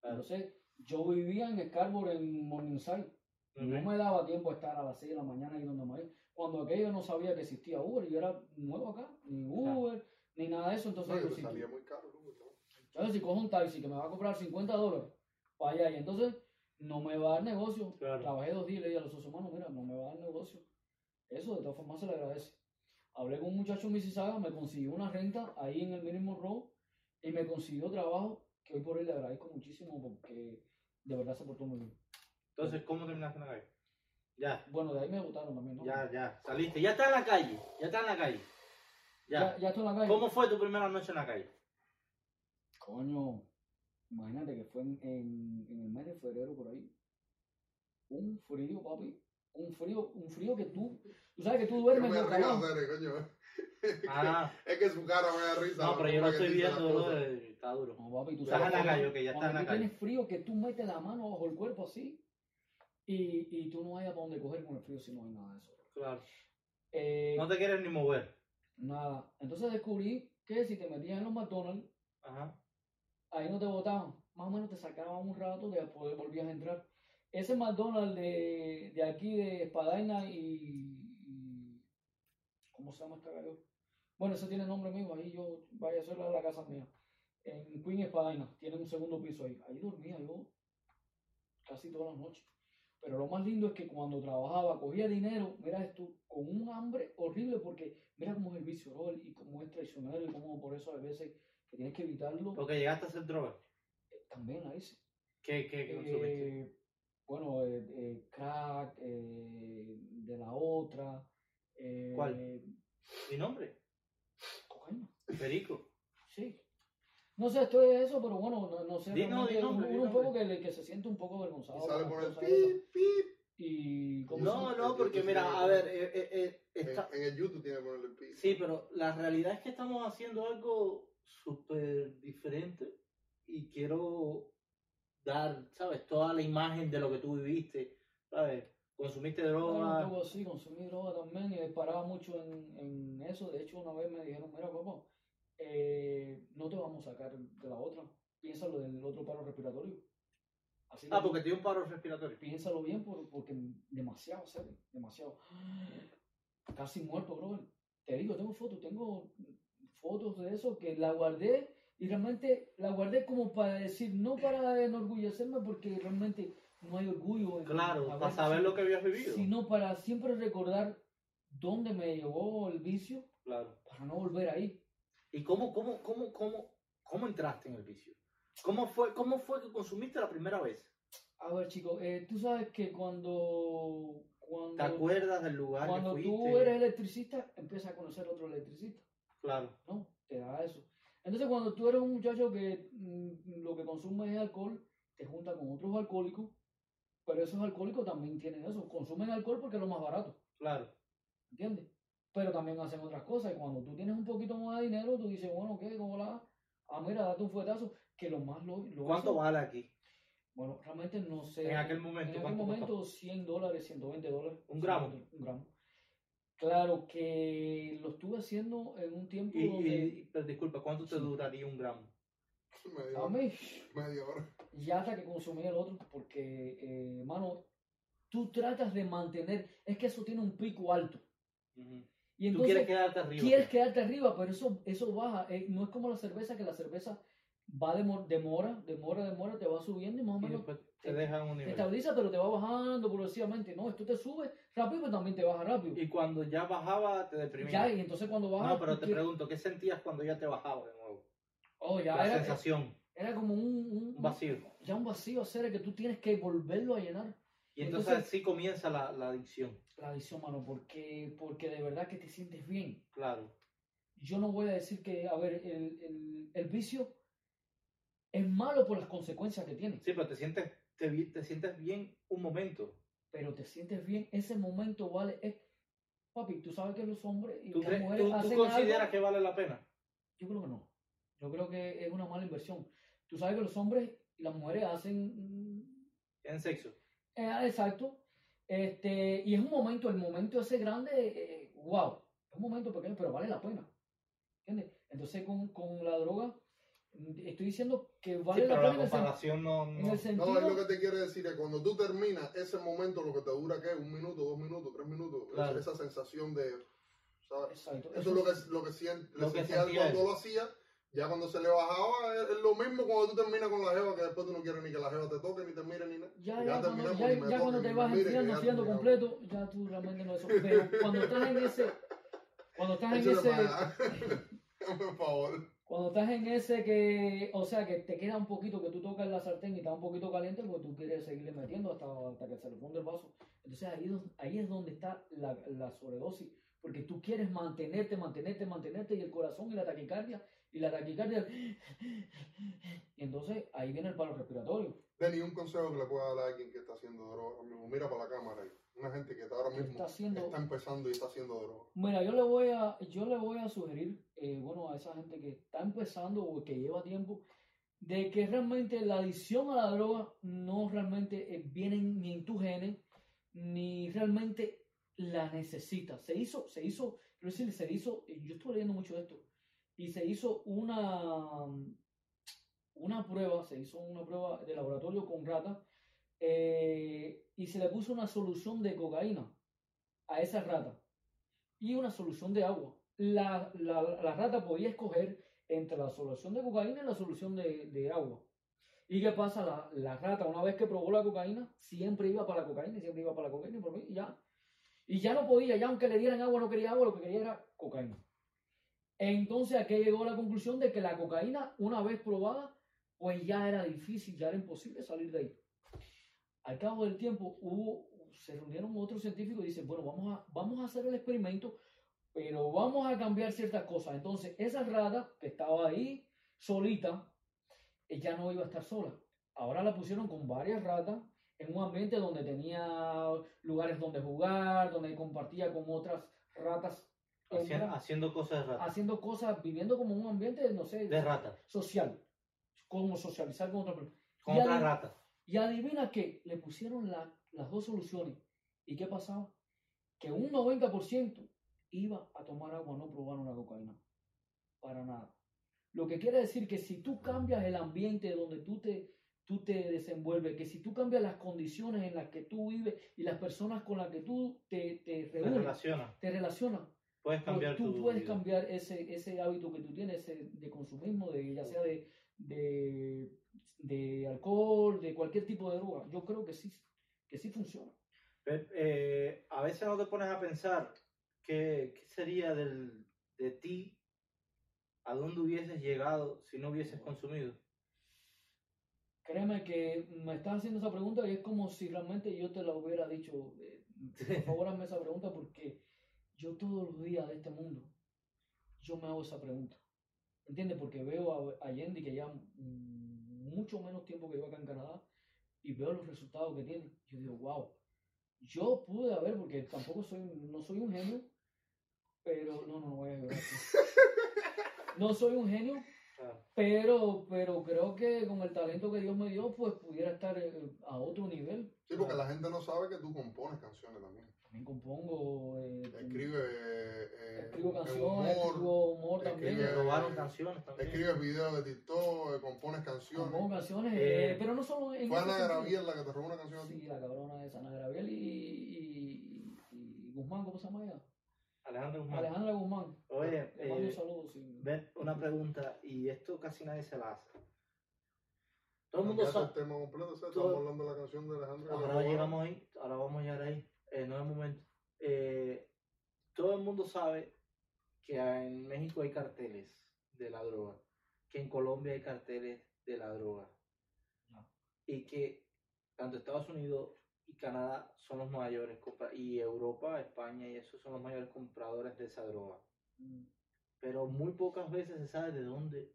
Entonces, yo vivía en Scarborough, en Morningside. No me daba tiempo a estar a las 6 de la mañana ahí donde me iba. Cuando aquello no sabía que existía Uber, yo era nuevo acá, ni Uber, ni nada de eso. Entonces, No, y yo, te si, salía muy caro, ¿no? Entonces, entonces, si cojo un taxi que me va a cobrar 50 dólares para allá, y entonces no me va a dar negocio. Claro. Trabajé dos días y le dije a los socios humanos, mira, no me va a dar negocio. Eso de todas formas se le agradece. Hablé con un muchacho en Mississauga, me consiguió una renta ahí en el mínimo row y me consiguió trabajo que hoy por hoy le agradezco muchísimo porque de verdad se portó muy bien. Entonces, ¿cómo terminaste en la calle? Ya, Bueno, de ahí me votaron también, ¿no? ya, ya, saliste. Ya está en la calle, ya está en la calle. ya, Ya. ya estoy en la calle. ¿Cómo fue tu primera noche en la calle? Coño, imagínate que fue en, en- en el mes de febrero por ahí. Un frío, papi. Un frío, un frío que tú. Tú sabes que tú Yo duermes me en el río, trabajo. Cere, coño. (laughs) Ah, (laughs) Es que su cara me da risa. no, pero yo la lo forma que estoy dice las viendo, cosas. brother, está duro. No, papi, tú Estás sabes en la cuando- calle, ok, ya estás cuando en la tú tienes frío que tú metes la mano bajo el cuerpo así y, y tú no hayas para dónde coger con el frío si no hay nada de eso. Claro. Eh, No te quieres ni mover. Nada. Entonces descubrí que si te metías en los McDonald's, Ajá. ahí no te botaban. Más o menos te sacaban un rato, después volvías a entrar. Ese McDonald's de, de aquí, de Espadaina y, y- ¿Cómo se llama este gallo? Bueno, ese tiene nombre mío, ahí yo... Vaya, eso era la casa mía. En Queen Espadaina, tiene un segundo piso ahí. Ahí dormía yo casi todas las noches. Pero lo más lindo es que cuando trabajaba, cogía dinero, mira esto, con un hambre horrible, porque mira cómo es el vicio, bro, y cómo es traicionero, y cómo por eso a veces que tienes que evitarlo. Porque llegaste a hacer droga. También la hice. ¿Qué, qué, qué consumiste? Eh, bueno, eh, eh, crack, eh, de la otra. eh, ¿Cuál? ¿Mi nombre? Cocaína, Perico. sí. No sé, esto es eso, pero bueno, no, no sé. Di no, realmente di nombre, uno- di uno un nombre. poco que, le- que se siente un poco avergonzado. Y sale por por las el cosas esas. pip, pip. Y como No, no, porque mira, a ver, eh, eh, eh, En, está- en el YouTube tiene que ponerle el pip. Sí, pero la realidad es que estamos haciendo algo súper diferente y quiero dar, ¿sabes? Toda la imagen de lo que tú viviste, ¿sabes? Consumiste Bueno, droga. luego sí, consumí droga también y disparaba mucho en, en eso. De hecho, una vez me dijeron, mira, papá, eh, no te vamos a sacar de la otra. Piénsalo del otro paro respiratorio. Así que Ah, porque te dio un paro respiratorio. piénsalo bien por- porque demasiado, serio, demasiado. Casi muerto, bro. Te digo, tengo fotos, tengo fotos de eso que la guardé y realmente la guardé como para decir, no para enorgullecerme porque realmente no hay orgullo. en Claro, para haber saber sido- lo que habías vivido. sino para siempre recordar dónde me llevó el vicio Claro. para no volver ahí. ¿Y cómo, cómo, cómo, cómo, cómo entraste en el vicio? ¿Cómo fue, cómo fue que consumiste la primera vez? A ver, chicos, eh, tú sabes que cuando cuando, ¿Te acuerdas del lugar cuando que tú fuiste? eres electricista, empiezas a conocer otro electricista, Claro, ¿no? Te da eso. Entonces, cuando tú eres un muchacho que mm, lo que consume es alcohol, te junta con otros alcohólicos, pero esos alcohólicos también tienen eso, consumen alcohol porque es lo más barato. claro. ¿entiendes? Pero también hacen otras cosas y cuando tú tienes un poquito más de dinero, tú dices, bueno, ¿qué? ¿Cómo la? Ah, mira, date un fuetazo, que lo más lo... lo ¿Cuánto hacen- vale aquí? Bueno, realmente no sé. En aquel En momento, aquel ¿cuánto costó? momento 100 dólares, 120 dólares. ¿Un gramo? Un gramo. Claro que lo estuve haciendo en un tiempo Y, donde... y- y- pero disculpa, ¿cuánto te Sí. duraría un gramo? Media A hora. mí, Media hora. ya hasta que consumí el otro, porque, eh, mano, tú tratas de mantener, es que eso tiene un pico alto. Ujú. Y Tú entonces, quieres quedarte arriba. pues. quieres quedarte arriba, pero eso, eso baja. eh, no es como la cerveza, que la cerveza va de mo- demora, demora, demora, te va subiendo y más o Y menos después te eh, dejan un te nivel. estabiliza, pero te va bajando progresivamente. No, esto te sube rápido, pero también te baja rápido. Y cuando ya bajaba, te deprimía. Ya, y entonces cuando baja. No, pero tú te quieres- pregunto, ¿qué sentías cuando ya te bajaba de nuevo? Oh, ya La era, sensación, era como un, un- un vacío. Ya un vacío hacer que tú tienes que volverlo a llenar. Y entonces, Entonces- sí comienza la, la adicción. La adicción, mano, porque, porque de verdad que te sientes bien. Claro, yo no voy a decir que, a ver, el, el- el vicio es malo por las consecuencias que tiene, sí, pero te sientes, te, vi- te sientes bien un momento. pero te sientes bien, ese momento vale. Es, papi, tú sabes que los hombres y ¿Tú, las crees- mujeres tú- tú hacen consideras algo- que vale la pena? Yo creo que no. Yo creo que es una mala inversión. Tú sabes que los hombres y las mujeres hacen mm, en sexo. Eh, exacto. Este, y es un momento, el momento ese grande, eh, wow, es un momento pequeño, pero vale la pena. ¿Entiendes? Entonces con, con la droga, mm, estoy diciendo que vale sí, la pero pena la en el sen- comparación no... en, no- el, sentido... No, es lo que te quiere decir es cuando tú terminas ese momento, lo que te dura, ¿qué? Un minuto, dos minutos, tres minutos, Claro. esa sensación de, ¿sabes? Exacto, Eso es lo que, lo que, sien- le Lo que sentía él sentía cuando él. lo hacía, ya cuando se le bajaba, es, es lo mismo cuando tú terminas con la jeva, que después tú no quieres ni que la jeva te toque, ni te mire, ni nada. Ya, Ya ya, cuando, terminamos ya, y me ya cuando toquen, te me vas miren, enfriando, ya enfriando terminamos. completo, ya tú realmente no eso. (laughs) Pero cuando estás en ese, cuando estás en Échale (laughs) ese, para allá. Por favor. cuando estás en ese que, o sea, que te queda un poquito, que tú tocas la sartén y está un poquito caliente, porque tú quieres seguirle metiendo hasta, hasta que se le funde el vaso. Entonces ahí, es don- ahí es donde está la, la sobredosis, porque tú quieres mantenerte, mantenerte, mantenerte, y el corazón y la taquicardia, y la taquicardia. Y entonces ahí viene el paro respiratorio. Denny, un consejo que le pueda dar a alguien que está haciendo droga. ahora mismo. Mira para la cámara ahí. Una gente que está ahora que Está mismo haciendo. está empezando y está haciendo droga. Mira, yo le voy a, yo le voy a sugerir, eh, bueno, a esa gente que está empezando o que lleva tiempo, de que realmente la adicción a la droga no realmente eh, viene ni en tu genes, ni realmente la necesitas. Se hizo, se hizo, quiero decir, se hizo, eh, yo estuve leyendo mucho de esto, y se hizo una, una prueba, se hizo una prueba de laboratorio con ratas, eh, y se le puso una solución de cocaína a esas ratas y una solución de agua. La, la, la rata podía escoger entre la solución de cocaína y la solución de, de agua. ¿Y qué pasa? La, la rata, una vez que probó la cocaína, siempre iba para la cocaína, y siempre iba para la cocaína, y por ahí, y ya. Y ya no podía, ya aunque le dieran agua, no quería agua, lo que quería era cocaína. Entonces aquí llegó a la conclusión de que la cocaína, una vez probada, pues ya era difícil, ya era imposible salir de ahí. Al cabo del tiempo hubo, se reunieron otros científicos y dicen, bueno, vamos a, vamos a hacer el experimento, pero vamos a cambiar ciertas cosas. Entonces, esa rata que estaba ahí solita, ella no iba a estar sola. Ahora la pusieron con varias ratas en un ambiente donde tenía lugares donde jugar, donde compartía con otras ratas, Haciendo, hembras, haciendo cosas de rata. haciendo cosas, viviendo como un ambiente, no sé, De rata. social, como socializar con otra persona. Con Y otra adivina- rata. Y adivina qué, le pusieron la- las dos soluciones. ¿Y qué pasaba? Que un 90% iba a tomar agua, no probaron la cocaína. Para nada. Lo que quiere decir que si tú cambias el ambiente donde tú te, tú te desenvuelves, que si tú cambias las condiciones en las que tú vives y las personas con las que tú te, te Te reúnes, relaciona. te relacionas, Puedes pues cambiar tú tu puedes vida. cambiar ese, ese hábito que tú tienes ese de consumismo, de, ya sea de, de, de alcohol, de cualquier tipo de droga. Yo creo que sí, que sí funciona. Pero, eh, a veces no te pones a pensar qué, qué sería del, de ti, a dónde hubieses llegado si no hubieses consumido. Créeme que me estás haciendo esa pregunta y es como si realmente yo te la hubiera dicho. eh, Por favor, hazme esa pregunta porque yo todos los días de este mundo, yo me hago esa pregunta. ¿Entiendes? Porque veo a, a Yendi que ya mm, mucho menos tiempo que yo acá en Canadá y veo los resultados que tiene. Yo digo, wow, yo pude haber, porque tampoco soy, no soy un genio, pero no, no, no voy a llorar. No soy un genio, Claro. pero, pero creo que con el talento que Dios me dio, pues pudiera estar eh, a otro nivel. Sí, porque la gente no sabe que tú compones canciones también. También compongo, eh, Escribe. eh, eh, escribo eh, canciones, humor, escribo humor también. Te escribe- robaron canciones también. escribes videos de TikTok, eh, compones Compongo canciones. canciones, Eh, eh, pero no solo en Fue ese Ana sentido. Gabriel la que te robó una canción a ti. Sí, la cabrona esa, Ana Gabriel y, y, y Guzmán, ¿cómo se llama ella? Alejandro Guzmán. Alejandra Guzmán. Oye, Le mando un eh, saludo. sí. ven, una pregunta, y esto casi nadie se la hace. Todo el mundo Cambiaste el sabe. tema completo, o sea, todo- estamos hablando de la canción de Alejandro. que te Ahora robaron. llegamos ahí, ahora vamos a llegar ahí, en un momento. Eh, todo el mundo sabe que en México hay carteles de la droga, que en Colombia hay carteles de la droga, Ya. y que tanto Estados Unidos y Canadá son los mayores, compra- y Europa, España y eso son los mayores compradores de esa droga. Mm. Pero muy pocas veces se sabe de dónde,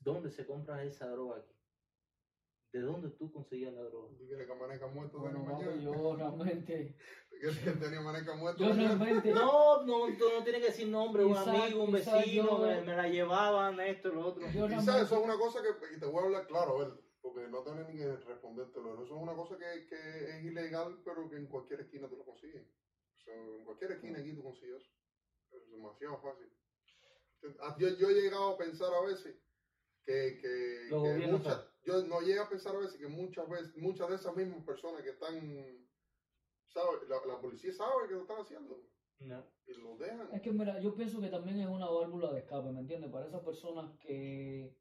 dónde se compra esa droga aquí. ¿De dónde tú conseguías la droga? ¿Y que le Maneca muerto de Bueno, papi, mañana? (laughs) yo realmente, ¿Qué que tenía Maneca muerto? yo realmente, No, no, tú no tienes que decir nombre, un Quizás- amigo, un quizás vecino, yo- me, me la llevaban, esto, lo otro. yo Quizás realmente, eso es una cosa que que te voy a hablar claro, a ver, porque porque no tengo ni que respondértelo. Eso es una cosa que, que es ilegal, pero que en cualquier esquina te lo consiguen. O sea, en cualquier esquina aquí tú consigues eso. Es demasiado fácil. Ah, Yo, yo he llegado a pensar a veces que, que, Los que gobiernos muchas, son. yo no llego a pensar a veces que muchas veces, muchas de esas mismas personas que están, ¿sabes? La, la policía sabe que lo están haciendo No. y lo dejan. Es que mira, yo pienso que también es una válvula de escape, ¿me entiendes? Para esas personas que,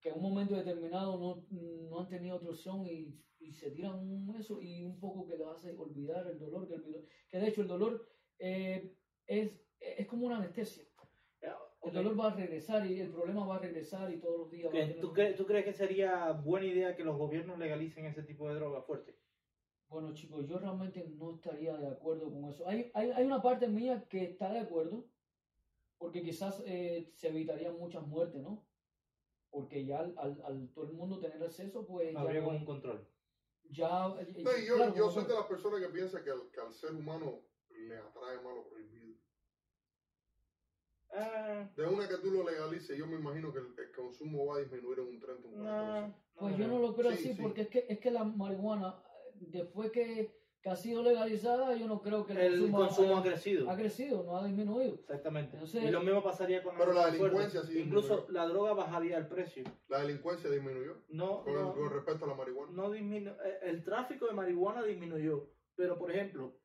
que en un momento determinado no, no han tenido otra opción y, y se tiran un eso y un poco que les hace olvidar el dolor, que, el dolor- que de hecho el dolor eh, es, es como una anestesia. Ya, El ok. dolor va a regresar y el problema va a regresar y todos los días va a Ok, tener ¿Tú, un- cre- ¿Tú crees que sería buena idea que los gobiernos legalicen ese tipo de droga fuerte? Bueno, chicos, yo realmente no estaría de acuerdo con eso. Hay, hay, hay una parte mía que está de acuerdo, porque quizás eh, se evitarían muchas muertes, ¿no? Porque ya al, al, al todo el mundo tener acceso, pues ya, Habría no- como un control. ya- eh, No, y yo, claro, yo como- soy de las personas que piensa que al, que al ser humano le atrae más lo prohibido. Ah, De una que tú lo legalices, yo me imagino que el, el consumo va a disminuir en un 30 o un 40%. no, no Pues yo creo. no lo creo Sí, así, sí. porque es que, es que la marihuana, eh, después que, que ha sido legalizada, yo no creo que El consumo ha ha, crecido. ha crecido, no ha disminuido. Exactamente. Entonces- y lo mismo pasaría con Pero la algo fuerte. delincuencia sí Incluso la droga bajaría el precio. La delincuencia disminuyó No, con, no, con respecto a la marihuana. no disminu- eh, el tráfico de marihuana disminuyó. Pero, por ejemplo,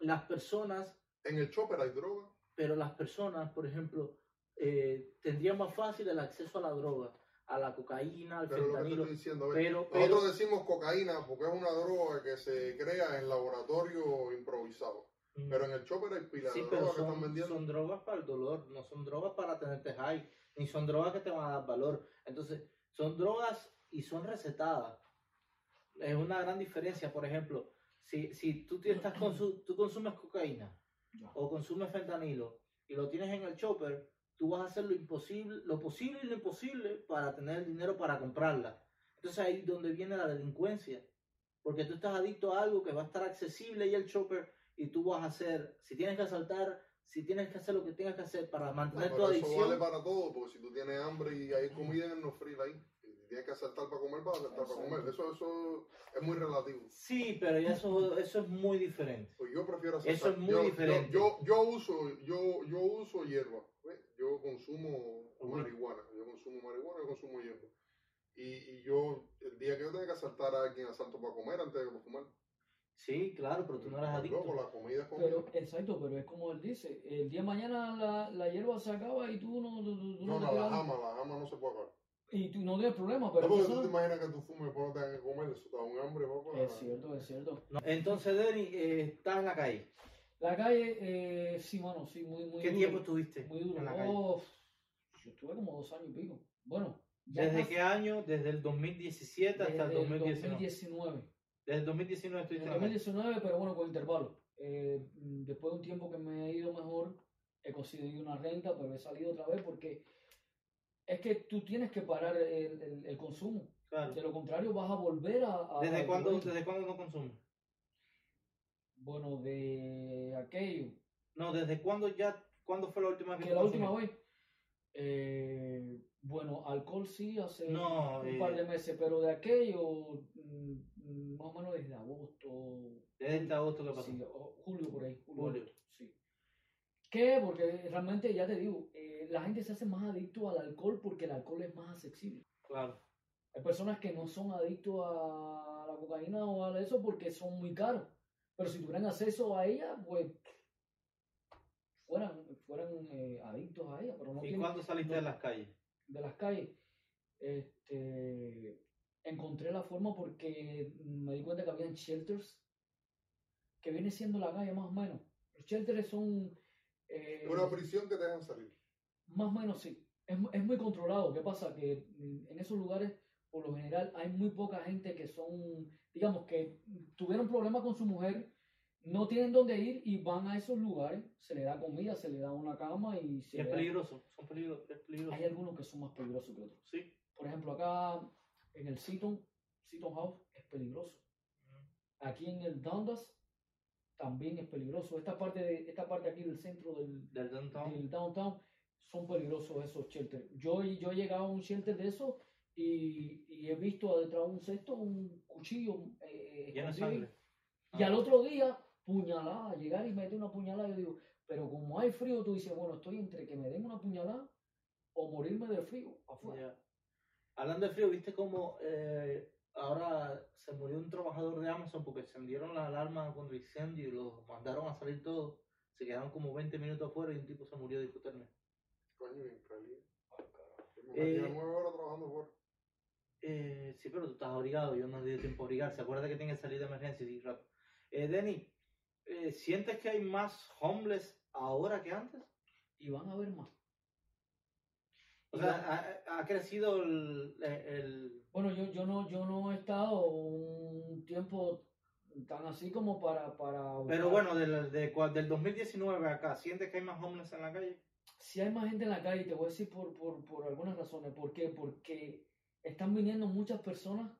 las personas, En el chopper hay droga. pero las personas, por ejemplo, eh, tendrían más fácil el acceso a la droga, a la cocaína, al Pero lo que te fentanilo. estoy diciendo, a ver, Pero, pero, nosotros decimos cocaína porque es una droga que se crea en laboratorio improvisado. Pero en el chopper hay pilas Mm. sí, de pero droga que están son, vendiendo. son drogas para el dolor, no son drogas para tenerte high, ni son drogas que te van a dar valor. Entonces, son drogas y son recetadas. Es una gran diferencia, por ejemplo, si, si tú, te estás consu- tú consumes cocaína Ya. o consumes fentanilo y lo tienes en el chopper, tú vas a hacer lo imposible, lo posible y lo imposible para tener el dinero para comprarla. Entonces ahí es donde viene la delincuencia, porque tú estás adicto a algo que va a estar accesible y el chopper y tú vas a hacer, si tienes que asaltar, si tienes que hacer lo que tengas que hacer para No, mantener tu Ah, pero eso adicción, vale para todo, porque si tú tienes hambre y hay comida en los fríos ahí, y tienes que asaltar para comer, vas a asaltar para Exacto. comer. Eso, eso es muy relativo. sí, pero ya eso, eso es muy diferente. Pues yo prefiero Eso asaltar. es muy yo, diferente. Yo, yo, yo uso, yo, yo uso hierba. ¿ves? Yo consumo Ujú. marihuana. Yo consumo marihuana, yo consumo hierba. Y, y yo, el día que yo tenga que asaltar a alguien, asalto para comer antes de comer. Sí, claro, pero tú no eras Pues adicto. Loco, la comida es comida. Pero, exacto, pero es como él dice, el día de mañana la, la hierba se acaba y tú no, tú- tú- tú no, te no, quedas- la ama, la ama no se puede acabar. Y tú no tienes problema, No, pero tú porque tú te sabes- imaginas que tú fumes y después no tengas que comer, eso te da un hambre, papá. Es cierto, es cierto. No. Entonces, Denny, eh, estás en la calle. La calle, eh, sí, mano, sí, muy, muy ¿Qué duro, tiempo estuviste Muy duro. en la calle? Oh, yo estuve como dos años y pico. Bueno, ya ¿Desde casi- qué año? Desde el 2017 hasta el desde 2019. 2019. Desde el 2019 En estuviste en la calle. 2019, pero bueno, con intervalo. Eh, mm, después de un tiempo que me ha ido mejor, he conseguido una renta, pero he salido otra vez porque es que tú tienes que parar el, el- el consumo. Claro. De lo contrario, vas a volver a. a- ¿Desde a- cuándo, ¿Desde cuándo no consumes? Bueno, de aquello. No, ¿desde cuándo ya? ¿Cuándo fue la última vez que que tú la última consumiste? vez. eh, bueno, alcohol sí hace No, un eh, par de meses, pero de aquello, mm, mm, más o menos desde agosto, Desde este agosto que pasó. sí, o julio por ahí. Julio. Sí. ¿Qué? Porque realmente, ya te digo, eh, la gente se hace más adicto al alcohol porque el alcohol es más accesible. Claro. Hay personas que no son adictos a la cocaína o a eso porque son muy caros. Pero si tuvieran acceso a ella, pues fueran, fueran eh, adictos a ella. Pero no ¿Y tienen- cuándo saliste no- de las calles? de las calles, este, encontré la forma porque me di cuenta que habían shelters, que viene siendo la calle más o menos. Los shelters son... eh, Una prisión que te dejan salir. más o menos sí. Es, mu- es muy controlado. ¿Qué pasa? Que mm, en esos lugares, por lo general, hay muy poca gente que son, digamos, que tuvieron problemas con su mujer, no tienen dónde ir y van a esos lugares, se le da comida, se le da una cama y se es le da- peligroso. Son peligros. Es peligroso. Hay algunos que son más peligrosos que otros Sí. por ejemplo, acá en el Seaton, Seaton House es peligroso. Mm. Aquí en el Dundas también es peligroso. Esta parte, de, esta parte aquí del centro del, Del downtown. del downtown son peligrosos esos shelters. Yo, yo he llegado a un shelter de esos y, y he visto detrás de un cesto un cuchillo. eh, Lleno de escondido ahí. sangre. Y Ah. al otro día, puñalada, llegar y meter una puñalada. Yo digo, pero como hay frío, tú dices, bueno, estoy entre que me den una puñalada o morirme de frío afuera. Ya. Hablando de frío, ¿viste cómo eh, ahora se murió un trabajador de Amazon porque encendieron las alarmas contra el incendio y los mandaron a salir todos? Se quedaron como 20 minutos afuera y un tipo se murió de hipotermia. Coño, increíble. Me Eh, metí a nueve horas trabajando por. Eh, sí, pero tú estás obligado, yo no le di tiempo a obligarse. Acuérdate que tiene que salir de emergencia y rato. Eh, Denny, eh, ¿sientes que hay más homeless ahora que antes? Y van a ver más. O sea, ha, ha- ha crecido el, eh, el- Bueno, yo, yo, no, yo no he estado un tiempo tan así como para... para Pero buscar. bueno, del, de cua- del 2019 acá, ¿sientes que hay más homeless en la calle? Si hay más gente en la calle, te voy a decir por, por, por algunas razones. ¿Por qué? Porque están viniendo muchas personas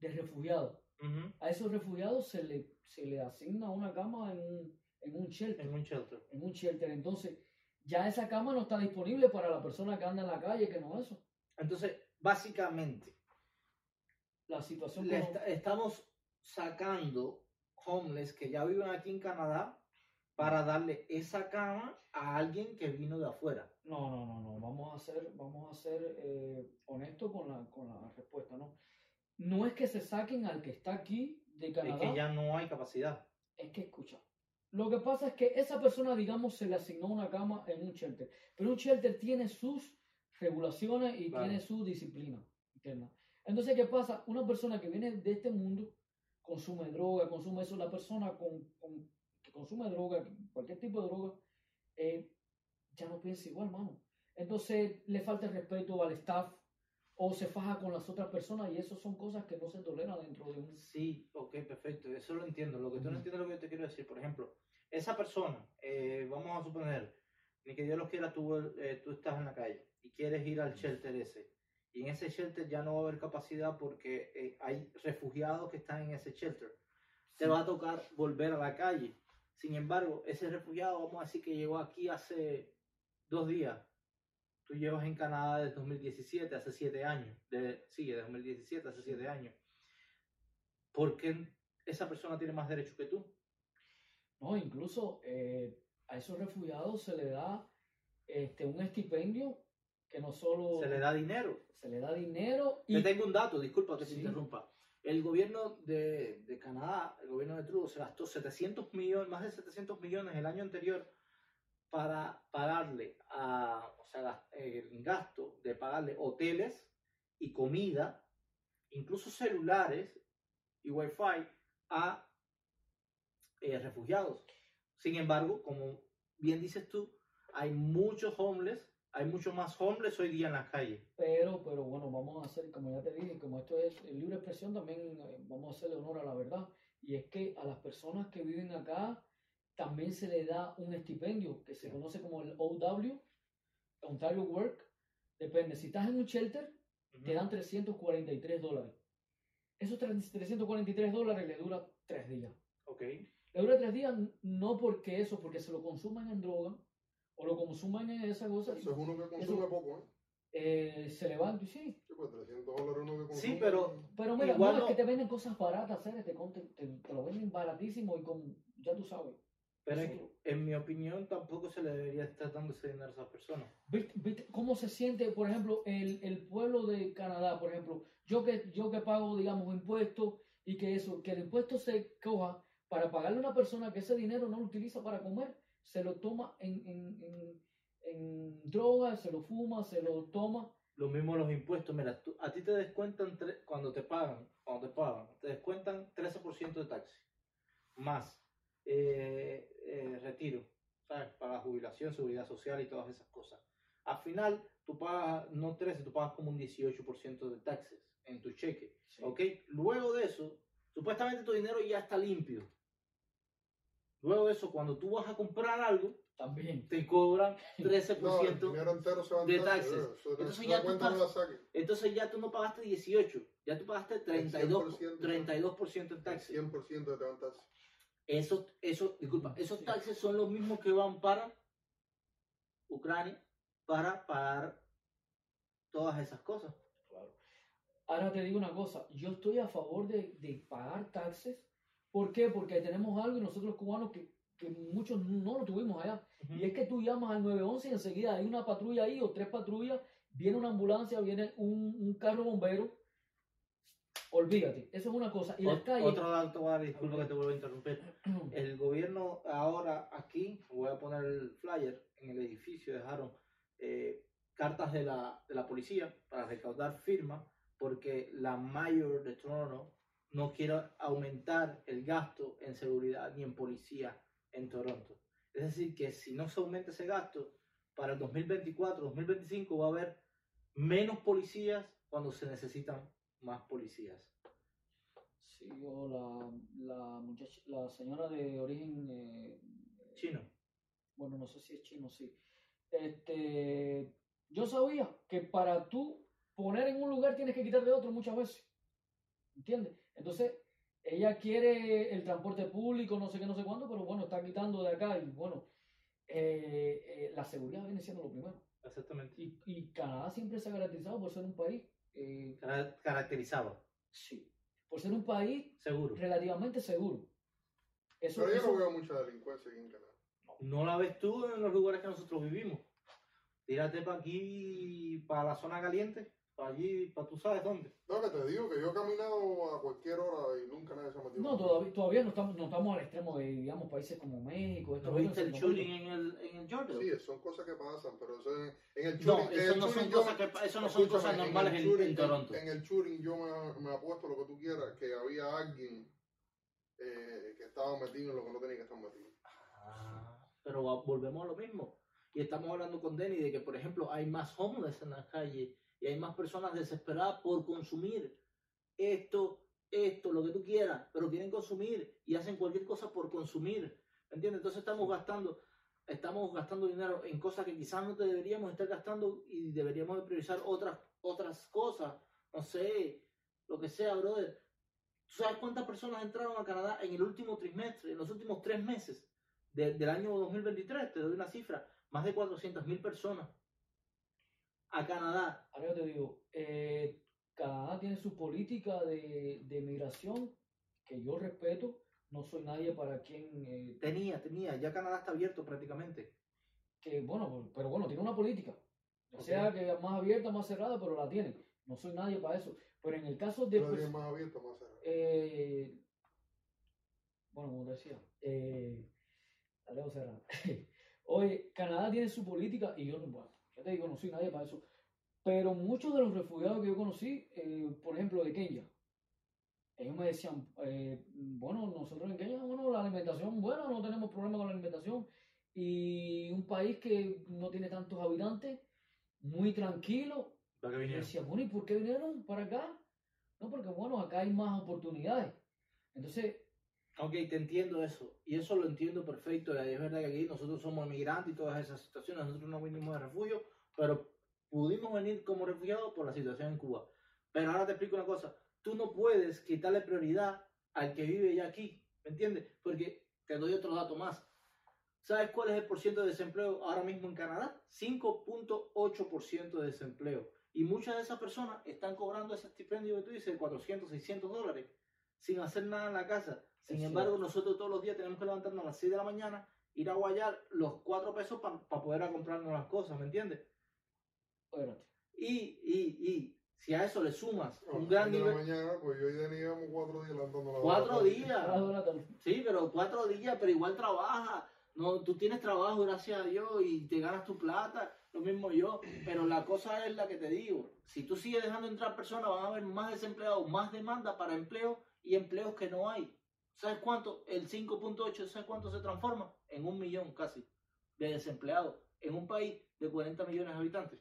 de refugiados. Ujú, A esos refugiados se le, se le asigna una cama en, un- en un shelter. En un shelter. En un shelter. Entonces, ya esa cama no está disponible para la persona que anda en la calle, que no es eso. Entonces, básicamente, La situación... le con- esta- estamos sacando homeless que ya viven aquí en Canadá para darle esa cama a alguien que vino de afuera. No, no, no, no. Vamos a ser, vamos a ser eh, honestos con la, con la respuesta, ¿no? No es que se saquen al que está aquí de Es Canadá. que ya no hay capacidad. Es que escucha. Lo que pasa es que esa persona, digamos, se le asignó una cama en un shelter. Pero un shelter tiene sus regulaciones y Claro. tiene su disciplina interna. Entonces, ¿qué pasa? Una persona que viene de este mundo consume droga, consume eso. La persona con, con- que consume droga, cualquier tipo de droga, eh, ya no piensa igual, mano. Entonces, le falta el respeto al staff o se faja con las otras personas y eso son cosas que no se toleran dentro de un... Sí, ok, perfecto, eso lo entiendo. Lo que tú Ujú. no entiendes es lo que yo te quiero decir. Por ejemplo, esa persona, eh, vamos a suponer, ni que Dios los quiera, tú, eh, tú estás en la calle y quieres ir al shelter ese. Y en ese shelter ya no va a haber capacidad porque eh, hay refugiados que están en ese shelter. Te va a tocar volver a la calle. Sin embargo, ese refugiado, vamos a decir que llegó aquí hace dos días. Tú llevas en Canadá desde 2017, hace siete años. De, sí, desde 2017, hace siete años. ¿Por qué esa persona tiene más derechos que tú? No, incluso eh, a esos refugiados se le da este, un estipendio que no solo Se le da dinero. se le da dinero Te y tengo un dato, disculpa que Sí. te interrumpa. El gobierno de, de Canadá, el gobierno de Trudeau, se gastó 700 millones, más de 700 millones el año anterior para pagarle, a, o sea, gas- el gasto de pagarle hoteles y comida, incluso celulares y wifi a eh, refugiados. Sin embargo, como bien dices tú, hay muchos homeless, hay mucho más homeless hoy día en las calles. pero pero bueno vamos a hacer como ya te dije como esto es eh, libre expresión también eh, vamos a hacerle honor a la verdad y es que a las personas que viven acá también se le da un estipendio que se Sí. conoce como el OW Ontario Work depende si estás en un shelter te dan 343 dólares esos 3- 343 dólares le dura tres días Ok. Le dura tres días, no porque eso, porque se lo consuman en droga o lo consuman en esa cosa, Eso es uno que consume Eso- poco, ¿eh? eh, se levantan y sí. Sí, pues 300 dólares uno que consume. Sí, pero- Pero mira, Igual no, no- es que te venden cosas baratas, ¿sabes? Te, con- te, te- te lo venden baratísimo y con, ya tú sabes. Pero Eso- en, en mi opinión tampoco se le debería estar dando ese dinero a esas personas. ¿Viste, viste cómo se siente, por ejemplo, el, el pueblo de Canadá, por ejemplo? Yo que, yo que pago, digamos, impuestos y que eso, que el impuesto se coja para pagarle a una persona que ese dinero no lo utiliza para comer, se lo toma en, en, en, en droga, se lo fuma, se lo toma. Lo mismo los impuestos. Mira, tú- a ti te descuentan tre- cuando te pagan, cuando te pagan, te descuentan 13% de taxi, más eh, eh, retiro, ¿sabes? Para la jubilación, seguridad social y todas esas cosas. Al final, tú pagas no 13, tú pagas como un 18% de taxes en tu cheque. ¿Ok? Luego de eso, supuestamente tu dinero ya está limpio. Luego de eso, cuando tú vas a comprar algo, También. te cobran No, el 13%. dinero entero se va en de taxes, taxes. ¿verdad? Eso- Entonces esa ya tú cuenta no estás- la saques. Entonces ya tú no pagaste 18, ya tú pagaste 32, 32% en taxes. 100% te va en taxes. Esos, esos, disculpa, esos Sí. taxes son los mismos que van para Ucrania para pagar todas esas cosas. Ahora te digo una cosa, yo estoy a favor de, de pagar taxes. ¿Por qué? Porque tenemos algo y nosotros los cubanos que, que muchos no lo tuvimos allá. Y es que tú llamas al 911 y enseguida hay una patrulla ahí o tres patrullas, viene una ambulancia, viene un, un carro bombero. Olvídate, eso es una cosa. Y las Ot- calles... Otro dato, Ari, disculpa que te vuelvo a interrumpir. El gobierno ahora aquí, voy a poner el flyer en el edificio, dejaron eh, cartas de la, de la policía para recaudar firmas porque la mayor de Toronto no quiere aumentar el gasto en seguridad ni en policía en Toronto. Es decir, que si no se aumenta ese gasto, para el 2024, 2025 va a haber menos policías cuando se necesitan más policías. Sí, o la, la, muchacha, la señora de origen, eh, Chino. bueno, no sé si es chino, sí. Este, yo sabía que para tú poner en un lugar tienes que quitar de otro muchas veces. ¿Entiendes? Entonces, ella quiere el transporte público, no sé qué, no sé cuándo, pero bueno, está quitando de acá y bueno, eh, eh, la seguridad viene siendo lo primero. Exactamente. Y, y Canadá siempre se ha caracterizado por ser un país, eh, Cara- caracterizado, sí, por ser un país seguro. relativamente seguro. Eso, Pero yo eso- no veo mucha delincuencia aquí en Canadá. No la ves tú en los lugares que nosotros vivimos. Tírate para aquí, para la zona caliente, para allí, para tú sabes dónde. No, que te digo que yo he caminado a cualquier hora y nunca nadie se ha metido. No, conmigo. todavía, todavía no, estamos, no estamos al extremo de, digamos, países como México. esto, ¿No viste otro, el sino- shooting en el, en el Jordan? Sí, son cosas que pasan, pero eso en, en el No, shooting- en eso el no son shooting yo cosas, me- que, pa- eso no son Escúchame, cosas en el normales en, shooting- en Toronto. En el shooting yo me, me apuesto lo que tú quieras, que había alguien eh, que estaba metido en lo que no tenía que estar metido. Ah, pero va- volvemos a lo mismo. Y estamos hablando con Denny de que, por ejemplo, hay más homeless en la calle y hay más personas desesperadas por consumir esto, esto, lo que tú quieras, pero quieren consumir y hacen cualquier cosa por consumir. ¿Me entiendes? Entonces estamos gastando, estamos gastando dinero en cosas que quizás no te deberíamos estar gastando y deberíamos de priorizar otras, otras cosas, no sé, lo que sea, brother. ¿Tú sabes cuántas personas entraron a Canadá en el último trimestre, en los últimos tres meses de- del año 2023? Te doy una cifra, más de 400.000 personas a Canadá. Ahora yo te digo, eh, Canadá tiene su política de, de migración que yo respeto. No soy nadie para quien... eh, Tenía, tenía, ya Canadá está abierto prácticamente. que, bueno, pero bueno, tiene una política. O Ok. sea, que más abierta, más cerrada, pero la tiene. No soy nadie para eso. Pero en el caso de... pues, Yo pues. pers- diría más abierto, más cerrado. Eh, bueno, como te decía, eh, Alejo Serrano. (laughs) Oye, Canadá tiene su política y yo, no- bueno, yo te digo, no soy nadie para eso. Pero muchos de los refugiados que yo conocí, eh, por ejemplo, de Kenia, ellos me decían, eh, bueno, nosotros en Kenia, bueno, la alimentación, bueno, no tenemos problema con la alimentación. Y un país que no tiene tantos habitantes, muy tranquilo, ¿Para y decía, bueno, ¿y por qué vinieron para acá? No, porque bueno, acá hay más oportunidades. Entonces, Ok, te entiendo eso. Y eso lo entiendo perfecto. Es verdad que aquí nosotros somos migrantes y todas esas situaciones. Nosotros no vinimos de refugio, pero pudimos venir como refugiados por la situación en Cuba. Pero ahora te explico una cosa. Tú no puedes quitarle prioridad al que vive ya aquí. ¿Me entiendes? Porque te doy otro dato más. ¿Sabes cuál es el porcentaje de desempleo ahora mismo en Canadá? 5.8% de desempleo. Y muchas de esas personas están cobrando ese estipendio que tú dices de 400, 600 dólares sin hacer nada en la casa. Sin Es embargo, nosotros todos los días tenemos que levantarnos a las 6 de la mañana, ir a guayar los 4 pesos para poder a comprarnos las cosas, ¿me entiendes? espérate. Y, y, y, si a eso le sumas No, un gran de la nivel... mañana, pues yo y Dani llevamos cuatro días levantando la Cuatro hora. días. Ahora, Jonathan, Sí, pero cuatro días, pero igual trabaja. No, tú tienes trabajo, gracias a Dios, y te ganas tu plata, lo mismo yo. Pero la cosa es la que te digo, si tú sigues dejando entrar personas, van a haber más desempleados, más demanda para empleo y empleos que no hay. ¿Sabes cuánto? El 5.8, ¿sabes cuánto se transforma? En un millón casi de desempleados en un país de 40 millones de habitantes.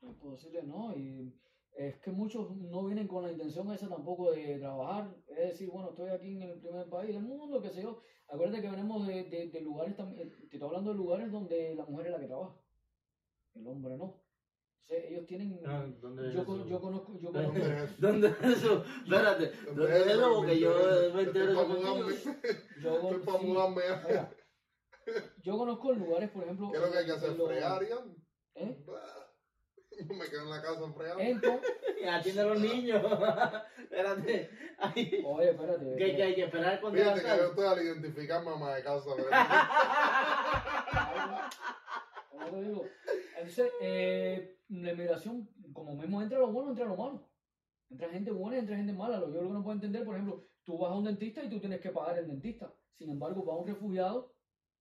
no puedo decirle no. Y es que muchos no vienen con la intención esa tampoco de trabajar. Es decir, bueno, estoy aquí en el primer país del mundo, qué sé yo. Acuérdate que venimos de, de- de lugares, tam- eh, te estoy hablando de lugares donde la mujer es la que trabaja. El hombre no. Entonces, ellos tienen... Ah, ¿Dónde yo, con- yo conozco... (laughs) Yo conozco ¿Dónde es eso? ¿Dónde es eso? Espérate, ¿dónde es eso? Porque yo me entero Estoy eso para contigo. mudarme. yo Estoy con- para sí, mudarme. mira, yo conozco lugares, por ejemplo... ¿Qué es lo que hay que en hacer? los- ¿Fregar, Ian? ¿eh? Bah. (laughs) me quedo en la casa enfriado. Entonces, (laughs) Atiende a los niños. Espérate. Ay, oye, espérate. que, que hay que esperar cuando Fíjate que yo salga. estoy al identificar mamá de casa. ¿verdad? (laughs) Como te digo, entonces, eh, la inmigración, como mismo entra lo bueno, entra lo malo. Entra gente buena, entra gente mala. Lo- Yo lo que no puedo entender, por ejemplo, tú vas a un dentista y tú tienes que pagar el dentista. Sin embargo, va un refugiado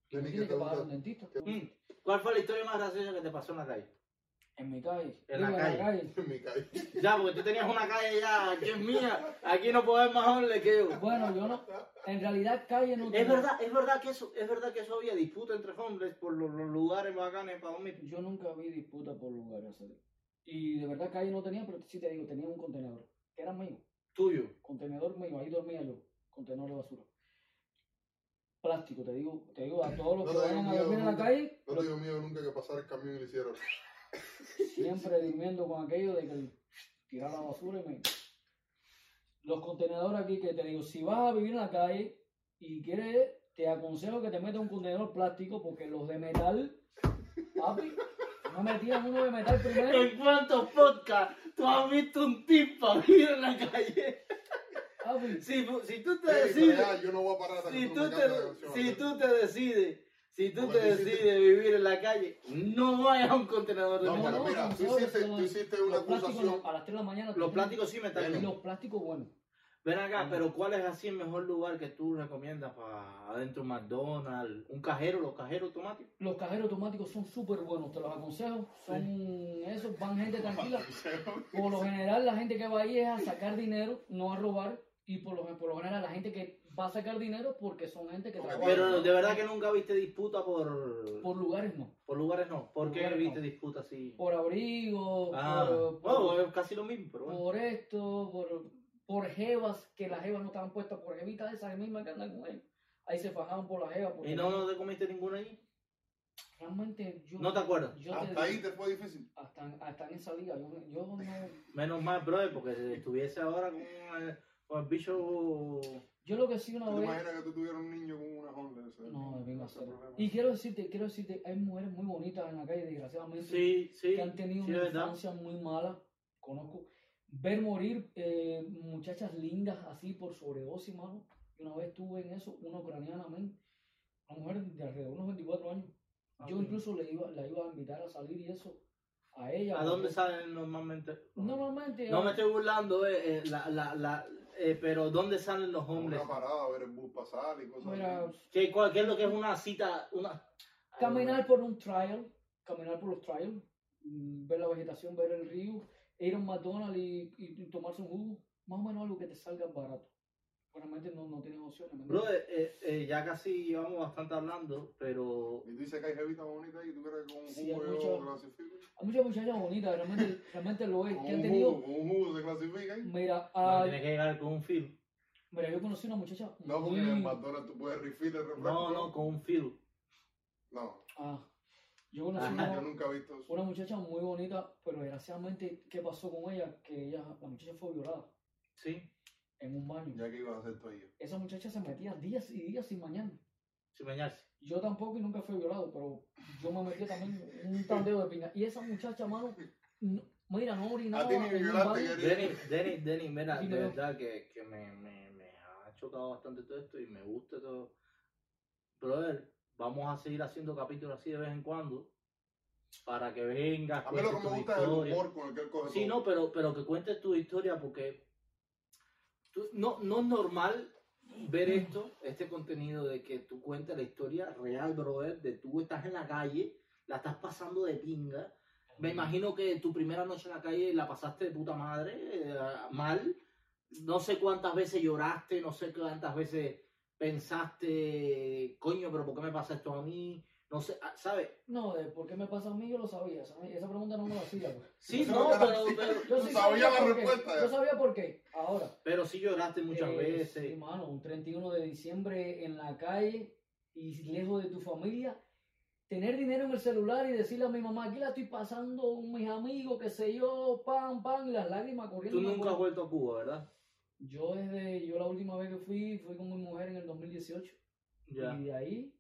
y no Tiene que tiene que te pagar gusta. un dentista. Mm, ¿Cuál fue la historia más graciosa que te pasó en la calle? En mi calle. En la Digo, calle. en mi calle. Ya, porque tú tenías una calle ya que es mía. Aquí no puedo ver más hombre que yo. Bueno, yo no. En realidad, calle no Es tengo- verdad, es verdad que eso, es verdad que eso había disputa entre hombres por los, los lugares bacanes para dormir. Yo nunca vi disputa por lugares. ¿sabes? Y de verdad, calle no tenía, pero sí te digo, tenía un contenedor. Que era mío. Tuyo. contenedor mío, ahí dormía yo, contenedor de basura. Plástico, te digo, te digo a todos los No que te vayan a digo dormir en la nunca. calle, No te dio miedo nunca que pasara el camión y le hicieron. siempre durmiendo con aquello de que tirar la basura y me... Los contenedores aquí que te digo, si vas a vivir en la calle y quieres, te aconsejo que te metas un contenedor plástico porque los de metal, papi, no metías uno de metal primero. ¿En cuántos podcasts tú has visto un tipo vivir en la calle? Papi, Si, si tú te Ey, pero decides, ya, yo no voy a parar hasta si que tú me cantes la te, canción. si tú te decides, si tú Como te tú hiciste. decides vivir en la calle, no vayas a un contenedor de No, metal. pero mira, tú contenedores, hiciste- los- tú hiciste una los plásticos, acusación. A las 3 de la mañana. Los plásticos sí Y metales. los plásticos, bueno. Ven acá, pero ¿cuál es así el mejor lugar que tú recomiendas para adentro un McDonald's? ¿Un cajero, los cajeros automáticos? Los cajeros automáticos son súper buenos, te los aconsejo. Son esos, van gente tranquila. Por lo general, la gente que va ahí es a sacar dinero, no a robar. Y por lo, por lo general, la gente que va a sacar dinero porque son gente que Porque trabaja. Pero de verdad que nunca viste disputa por, por, Por lugares no. lugares, no. ¿Por qué lugares viste no. disputa así? Por abrigo, Ah, por, bueno, por, es casi lo mismo, pero bueno. por esto, por, por jevas, que las jevas no estaban puestas por jevitas esas mismas que andan con ellos. Ahí se fajaban por las jevas. Porque ¿Y no te comiste ninguna allí? Realmente yo. ¿No te acuerdas? yo te Ah, Hasta ahí digo, te fue difícil. hasta, hasta en esa liga. Yo, (laughs) yo no. Menos mal, brother, porque si estuviese ahora con el, con el bicho... Yo lo que sí una ¿Tú te vez. imaginas que tú tuvieras un niño con una Honda? Ese? eh. No, es bien Ese grosero. problema. Y quiero decirte, quiero decirte, hay mujeres muy bonitas en la calle, desgraciadamente, Sí, sí, Pues que han tenido sí, una ¿verdad? infancia muy mala. Conozco. Ver morir eh, muchachas lindas así por sobredosis, mano. Y una vez tuve en eso, una ucraniana, men, una mujer de alrededor de unos 24 años. Ah, Yo bueno. incluso le iba, la iba a invitar a salir y eso, a ella. ¿A dónde porque- salen normalmente? Normalmente. No eh, me estoy burlando, eh, eh, la, la, la, eh, pero ¿dónde salen los Como hombres? Una parada, a ver el bus pasar y cosas mira, así. ¿Qué, cuál- qué es lo que es una cita? Una... Caminar por un trial, caminar por los trials, mm, ver la vegetación, ver el río, ir a un McDonald's y, y- y tomarse un jugo, más o menos algo que te salga barato. Realmente no, no tienes opciones. ¿me Bro, entiendes? eh, eh, ya casi llevamos bastante hablando, pero... Y tú dices que hay jevita bonita ahí y tú crees que con un Sí, hay jugo mucho- yo clasifico. Hay muchas muchachas bonitas, realmente, realmente lo (laughs) es, Con que han eh, un tenido. jugo, con un jugo se clasifica. ¿eh? Mira, No, ah, tienes que llegar con un feel. mira, yo conocí una muchacha. No, porque muy- en McDonald's tú puedes rifir el No, refresco. no, con un feel. No, ah, yo conocí Ajá. una, Ah, yo nunca he visto eso. una muchacha muy bonita, pero desgraciadamente, ¿qué pasó con ella? Que ella, la muchacha fue violada Sí, en un baño. Ya que ibas a hacer tú ahí. Esa muchacha se metía días y días sin mañana. sin bañarse. Yo tampoco y nunca fui violado, pero yo me metí también un tandeo de piña. Y esa muchacha, mano, no- mira, no orinaba. A ti ni en un violaste, baño. querido. Denis, Denis, Denis, mira, de Dime. verdad que, que me, me, me ha chocado bastante todo esto y me gusta todo. Brother, vamos a seguir haciendo capítulos así de vez en cuando para que vengas. A mí lo que cuentes me gusta es tus el historias. humor con el que él coge Sí, todo. no, pero, pero que cuentes tu historia porque tú- no, no es normal ver esto, este contenido de que tú cuentes la historia real, brother, de tú estás en la calle, la estás pasando de pinga. Me imagino que tu primera noche en la calle la pasaste de puta madre, eh, mal. No sé cuántas veces lloraste, no sé cuántas veces pensaste, coño, pero ¿por qué me pasa esto a mí? No sé, ah, ¿sabes? No, de por qué me pasa a mí, yo lo sabía. Esa, esa pregunta no me la hacía. güey. Sí, Eso no, es lo que pero, sí. pero, Yo Tú sabías la por qué, respuesta. Yo sabía por qué. Ahora. pero sí lloraste muchas eh, veces. sí, mano, un 31 de diciembre en la calle y lejos de tu familia. Tener dinero en el celular y decirle a mi mamá, aquí la estoy pasando con mis amigos, qué sé yo, pam, pam, y las lágrimas corriendo. Tú Me nunca acuerdo- has vuelto a Cuba, ¿verdad? Yo desde, yo la última vez que fui, fui con mi mujer en el 2018. Ya. Y de ahí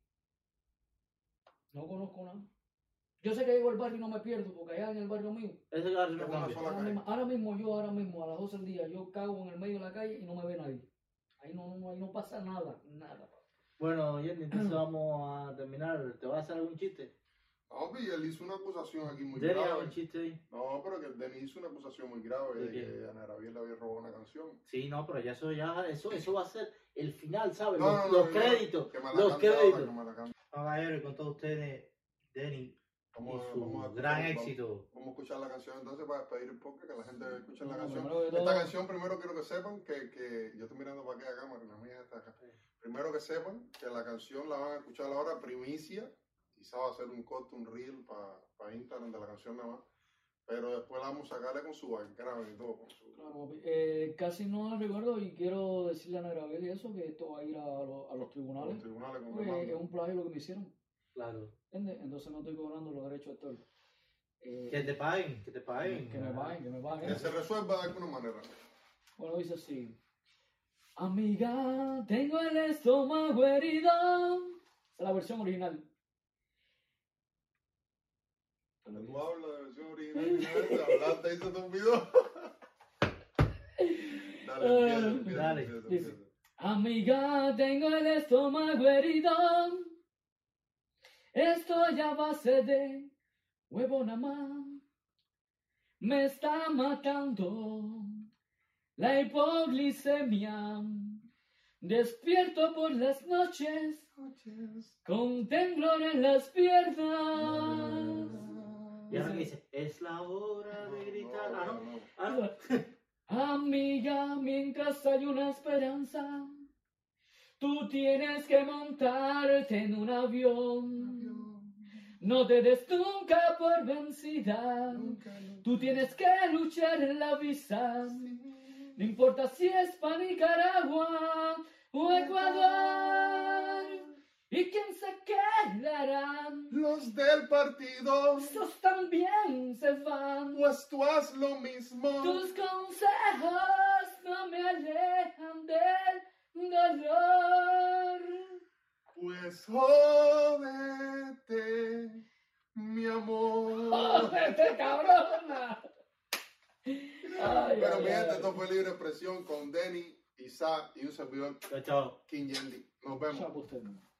no conozco nada. Yo sé que llego al barrio y no me pierdo, porque allá en el barrio mío, Ese carro Es no una sola- cambia. la ahora calle. mismo, ahora mismo yo, ahora mismo, a las 12 del día, yo cago en el medio de la calle y no me ve nadie. Ahí no, no, ahí no pasa nada, nada. Bueno, (clears throat) Jenny, entonces vamos a terminar. ¿Te vas a hacer algún chiste? Papi, Ah, él hizo una acusación aquí muy Jenny, grave. algún chiste ahí. No, pero que Denis hizo una acusación muy grave ¿De de, qué? que Ana Gabriel le había robado una canción. Sí, no, pero ya eso ya, eso, eso va a ser el final, ¿sabes? No, los no, no, los no, créditos. Que me la los cante ahora, créditos. que me la cante. Caballero, y con todos ustedes, Denny y Vamos a- vamos a su escuchar- gran vamos- éxito. Vamos a escuchar la canción entonces para despedir el podcast, que la gente escuche la Bueno, canción. primero que todo- Esta canción, primero quiero que sepan que, que yo estoy mirando para aquella cámara, la mía está acá. Sí. Primero que sepan que la canción la van a escuchar ahora primicia. Quizá va a hacer un corto, un reel para Instagram de la canción nada más. Pero después la vamos a sacarle con su background y todo. Con su... Claro, papi. Eh, casi no recuerdo y quiero decirle a Ana Gabriel y eso, que esto va a ir a, lo- a los con tribunales. los tribunales, con Porque demanda. es un plagio lo que me hicieron, Claro. ¿entiendes? Entonces no estoy cobrando los derechos de autor. Eh, Que te paguen, que te paguen. que me paguen, que me paguen. Que se resuelva de alguna manera. Bueno, dice así. Amiga, tengo el estómago herido. Esa es la versión original. Tú hablas de versión original y de hablaste y se te (laughs) olvidó. Dale, empieza, Eh, empieza, dale. empieza, Dice- empieza. Amiga, tengo el estómago herido. Estoy a base de huevo nada más. Me está matando la hipoglicemia. Despierto por las noches con temblor en las piernas. Y ahora me dice, es la hora de gritar. No, Ah, no, no. no. Ah, no. Amiga, mientras hay una esperanza, tú tienes que montarte en un avión. No te des nunca por vencida. Tú tienes que luchar en la visa. No importa si es para Nicaragua o Ecuador. ¿Y quién se quedará? Los del partido, Estos también se van. pues tú haz lo mismo. Tus consejos no me alejan del dolor. Pues jódete, mi Oh. amor. ¡Jódete, cabrona! Ay, Pero ay, mi gente, ay. esto fue Libre Expresión con Denny, Isaac y un servidor, Chao, chao. King Yendi. Nos vemos. Chapo usted, ¿no?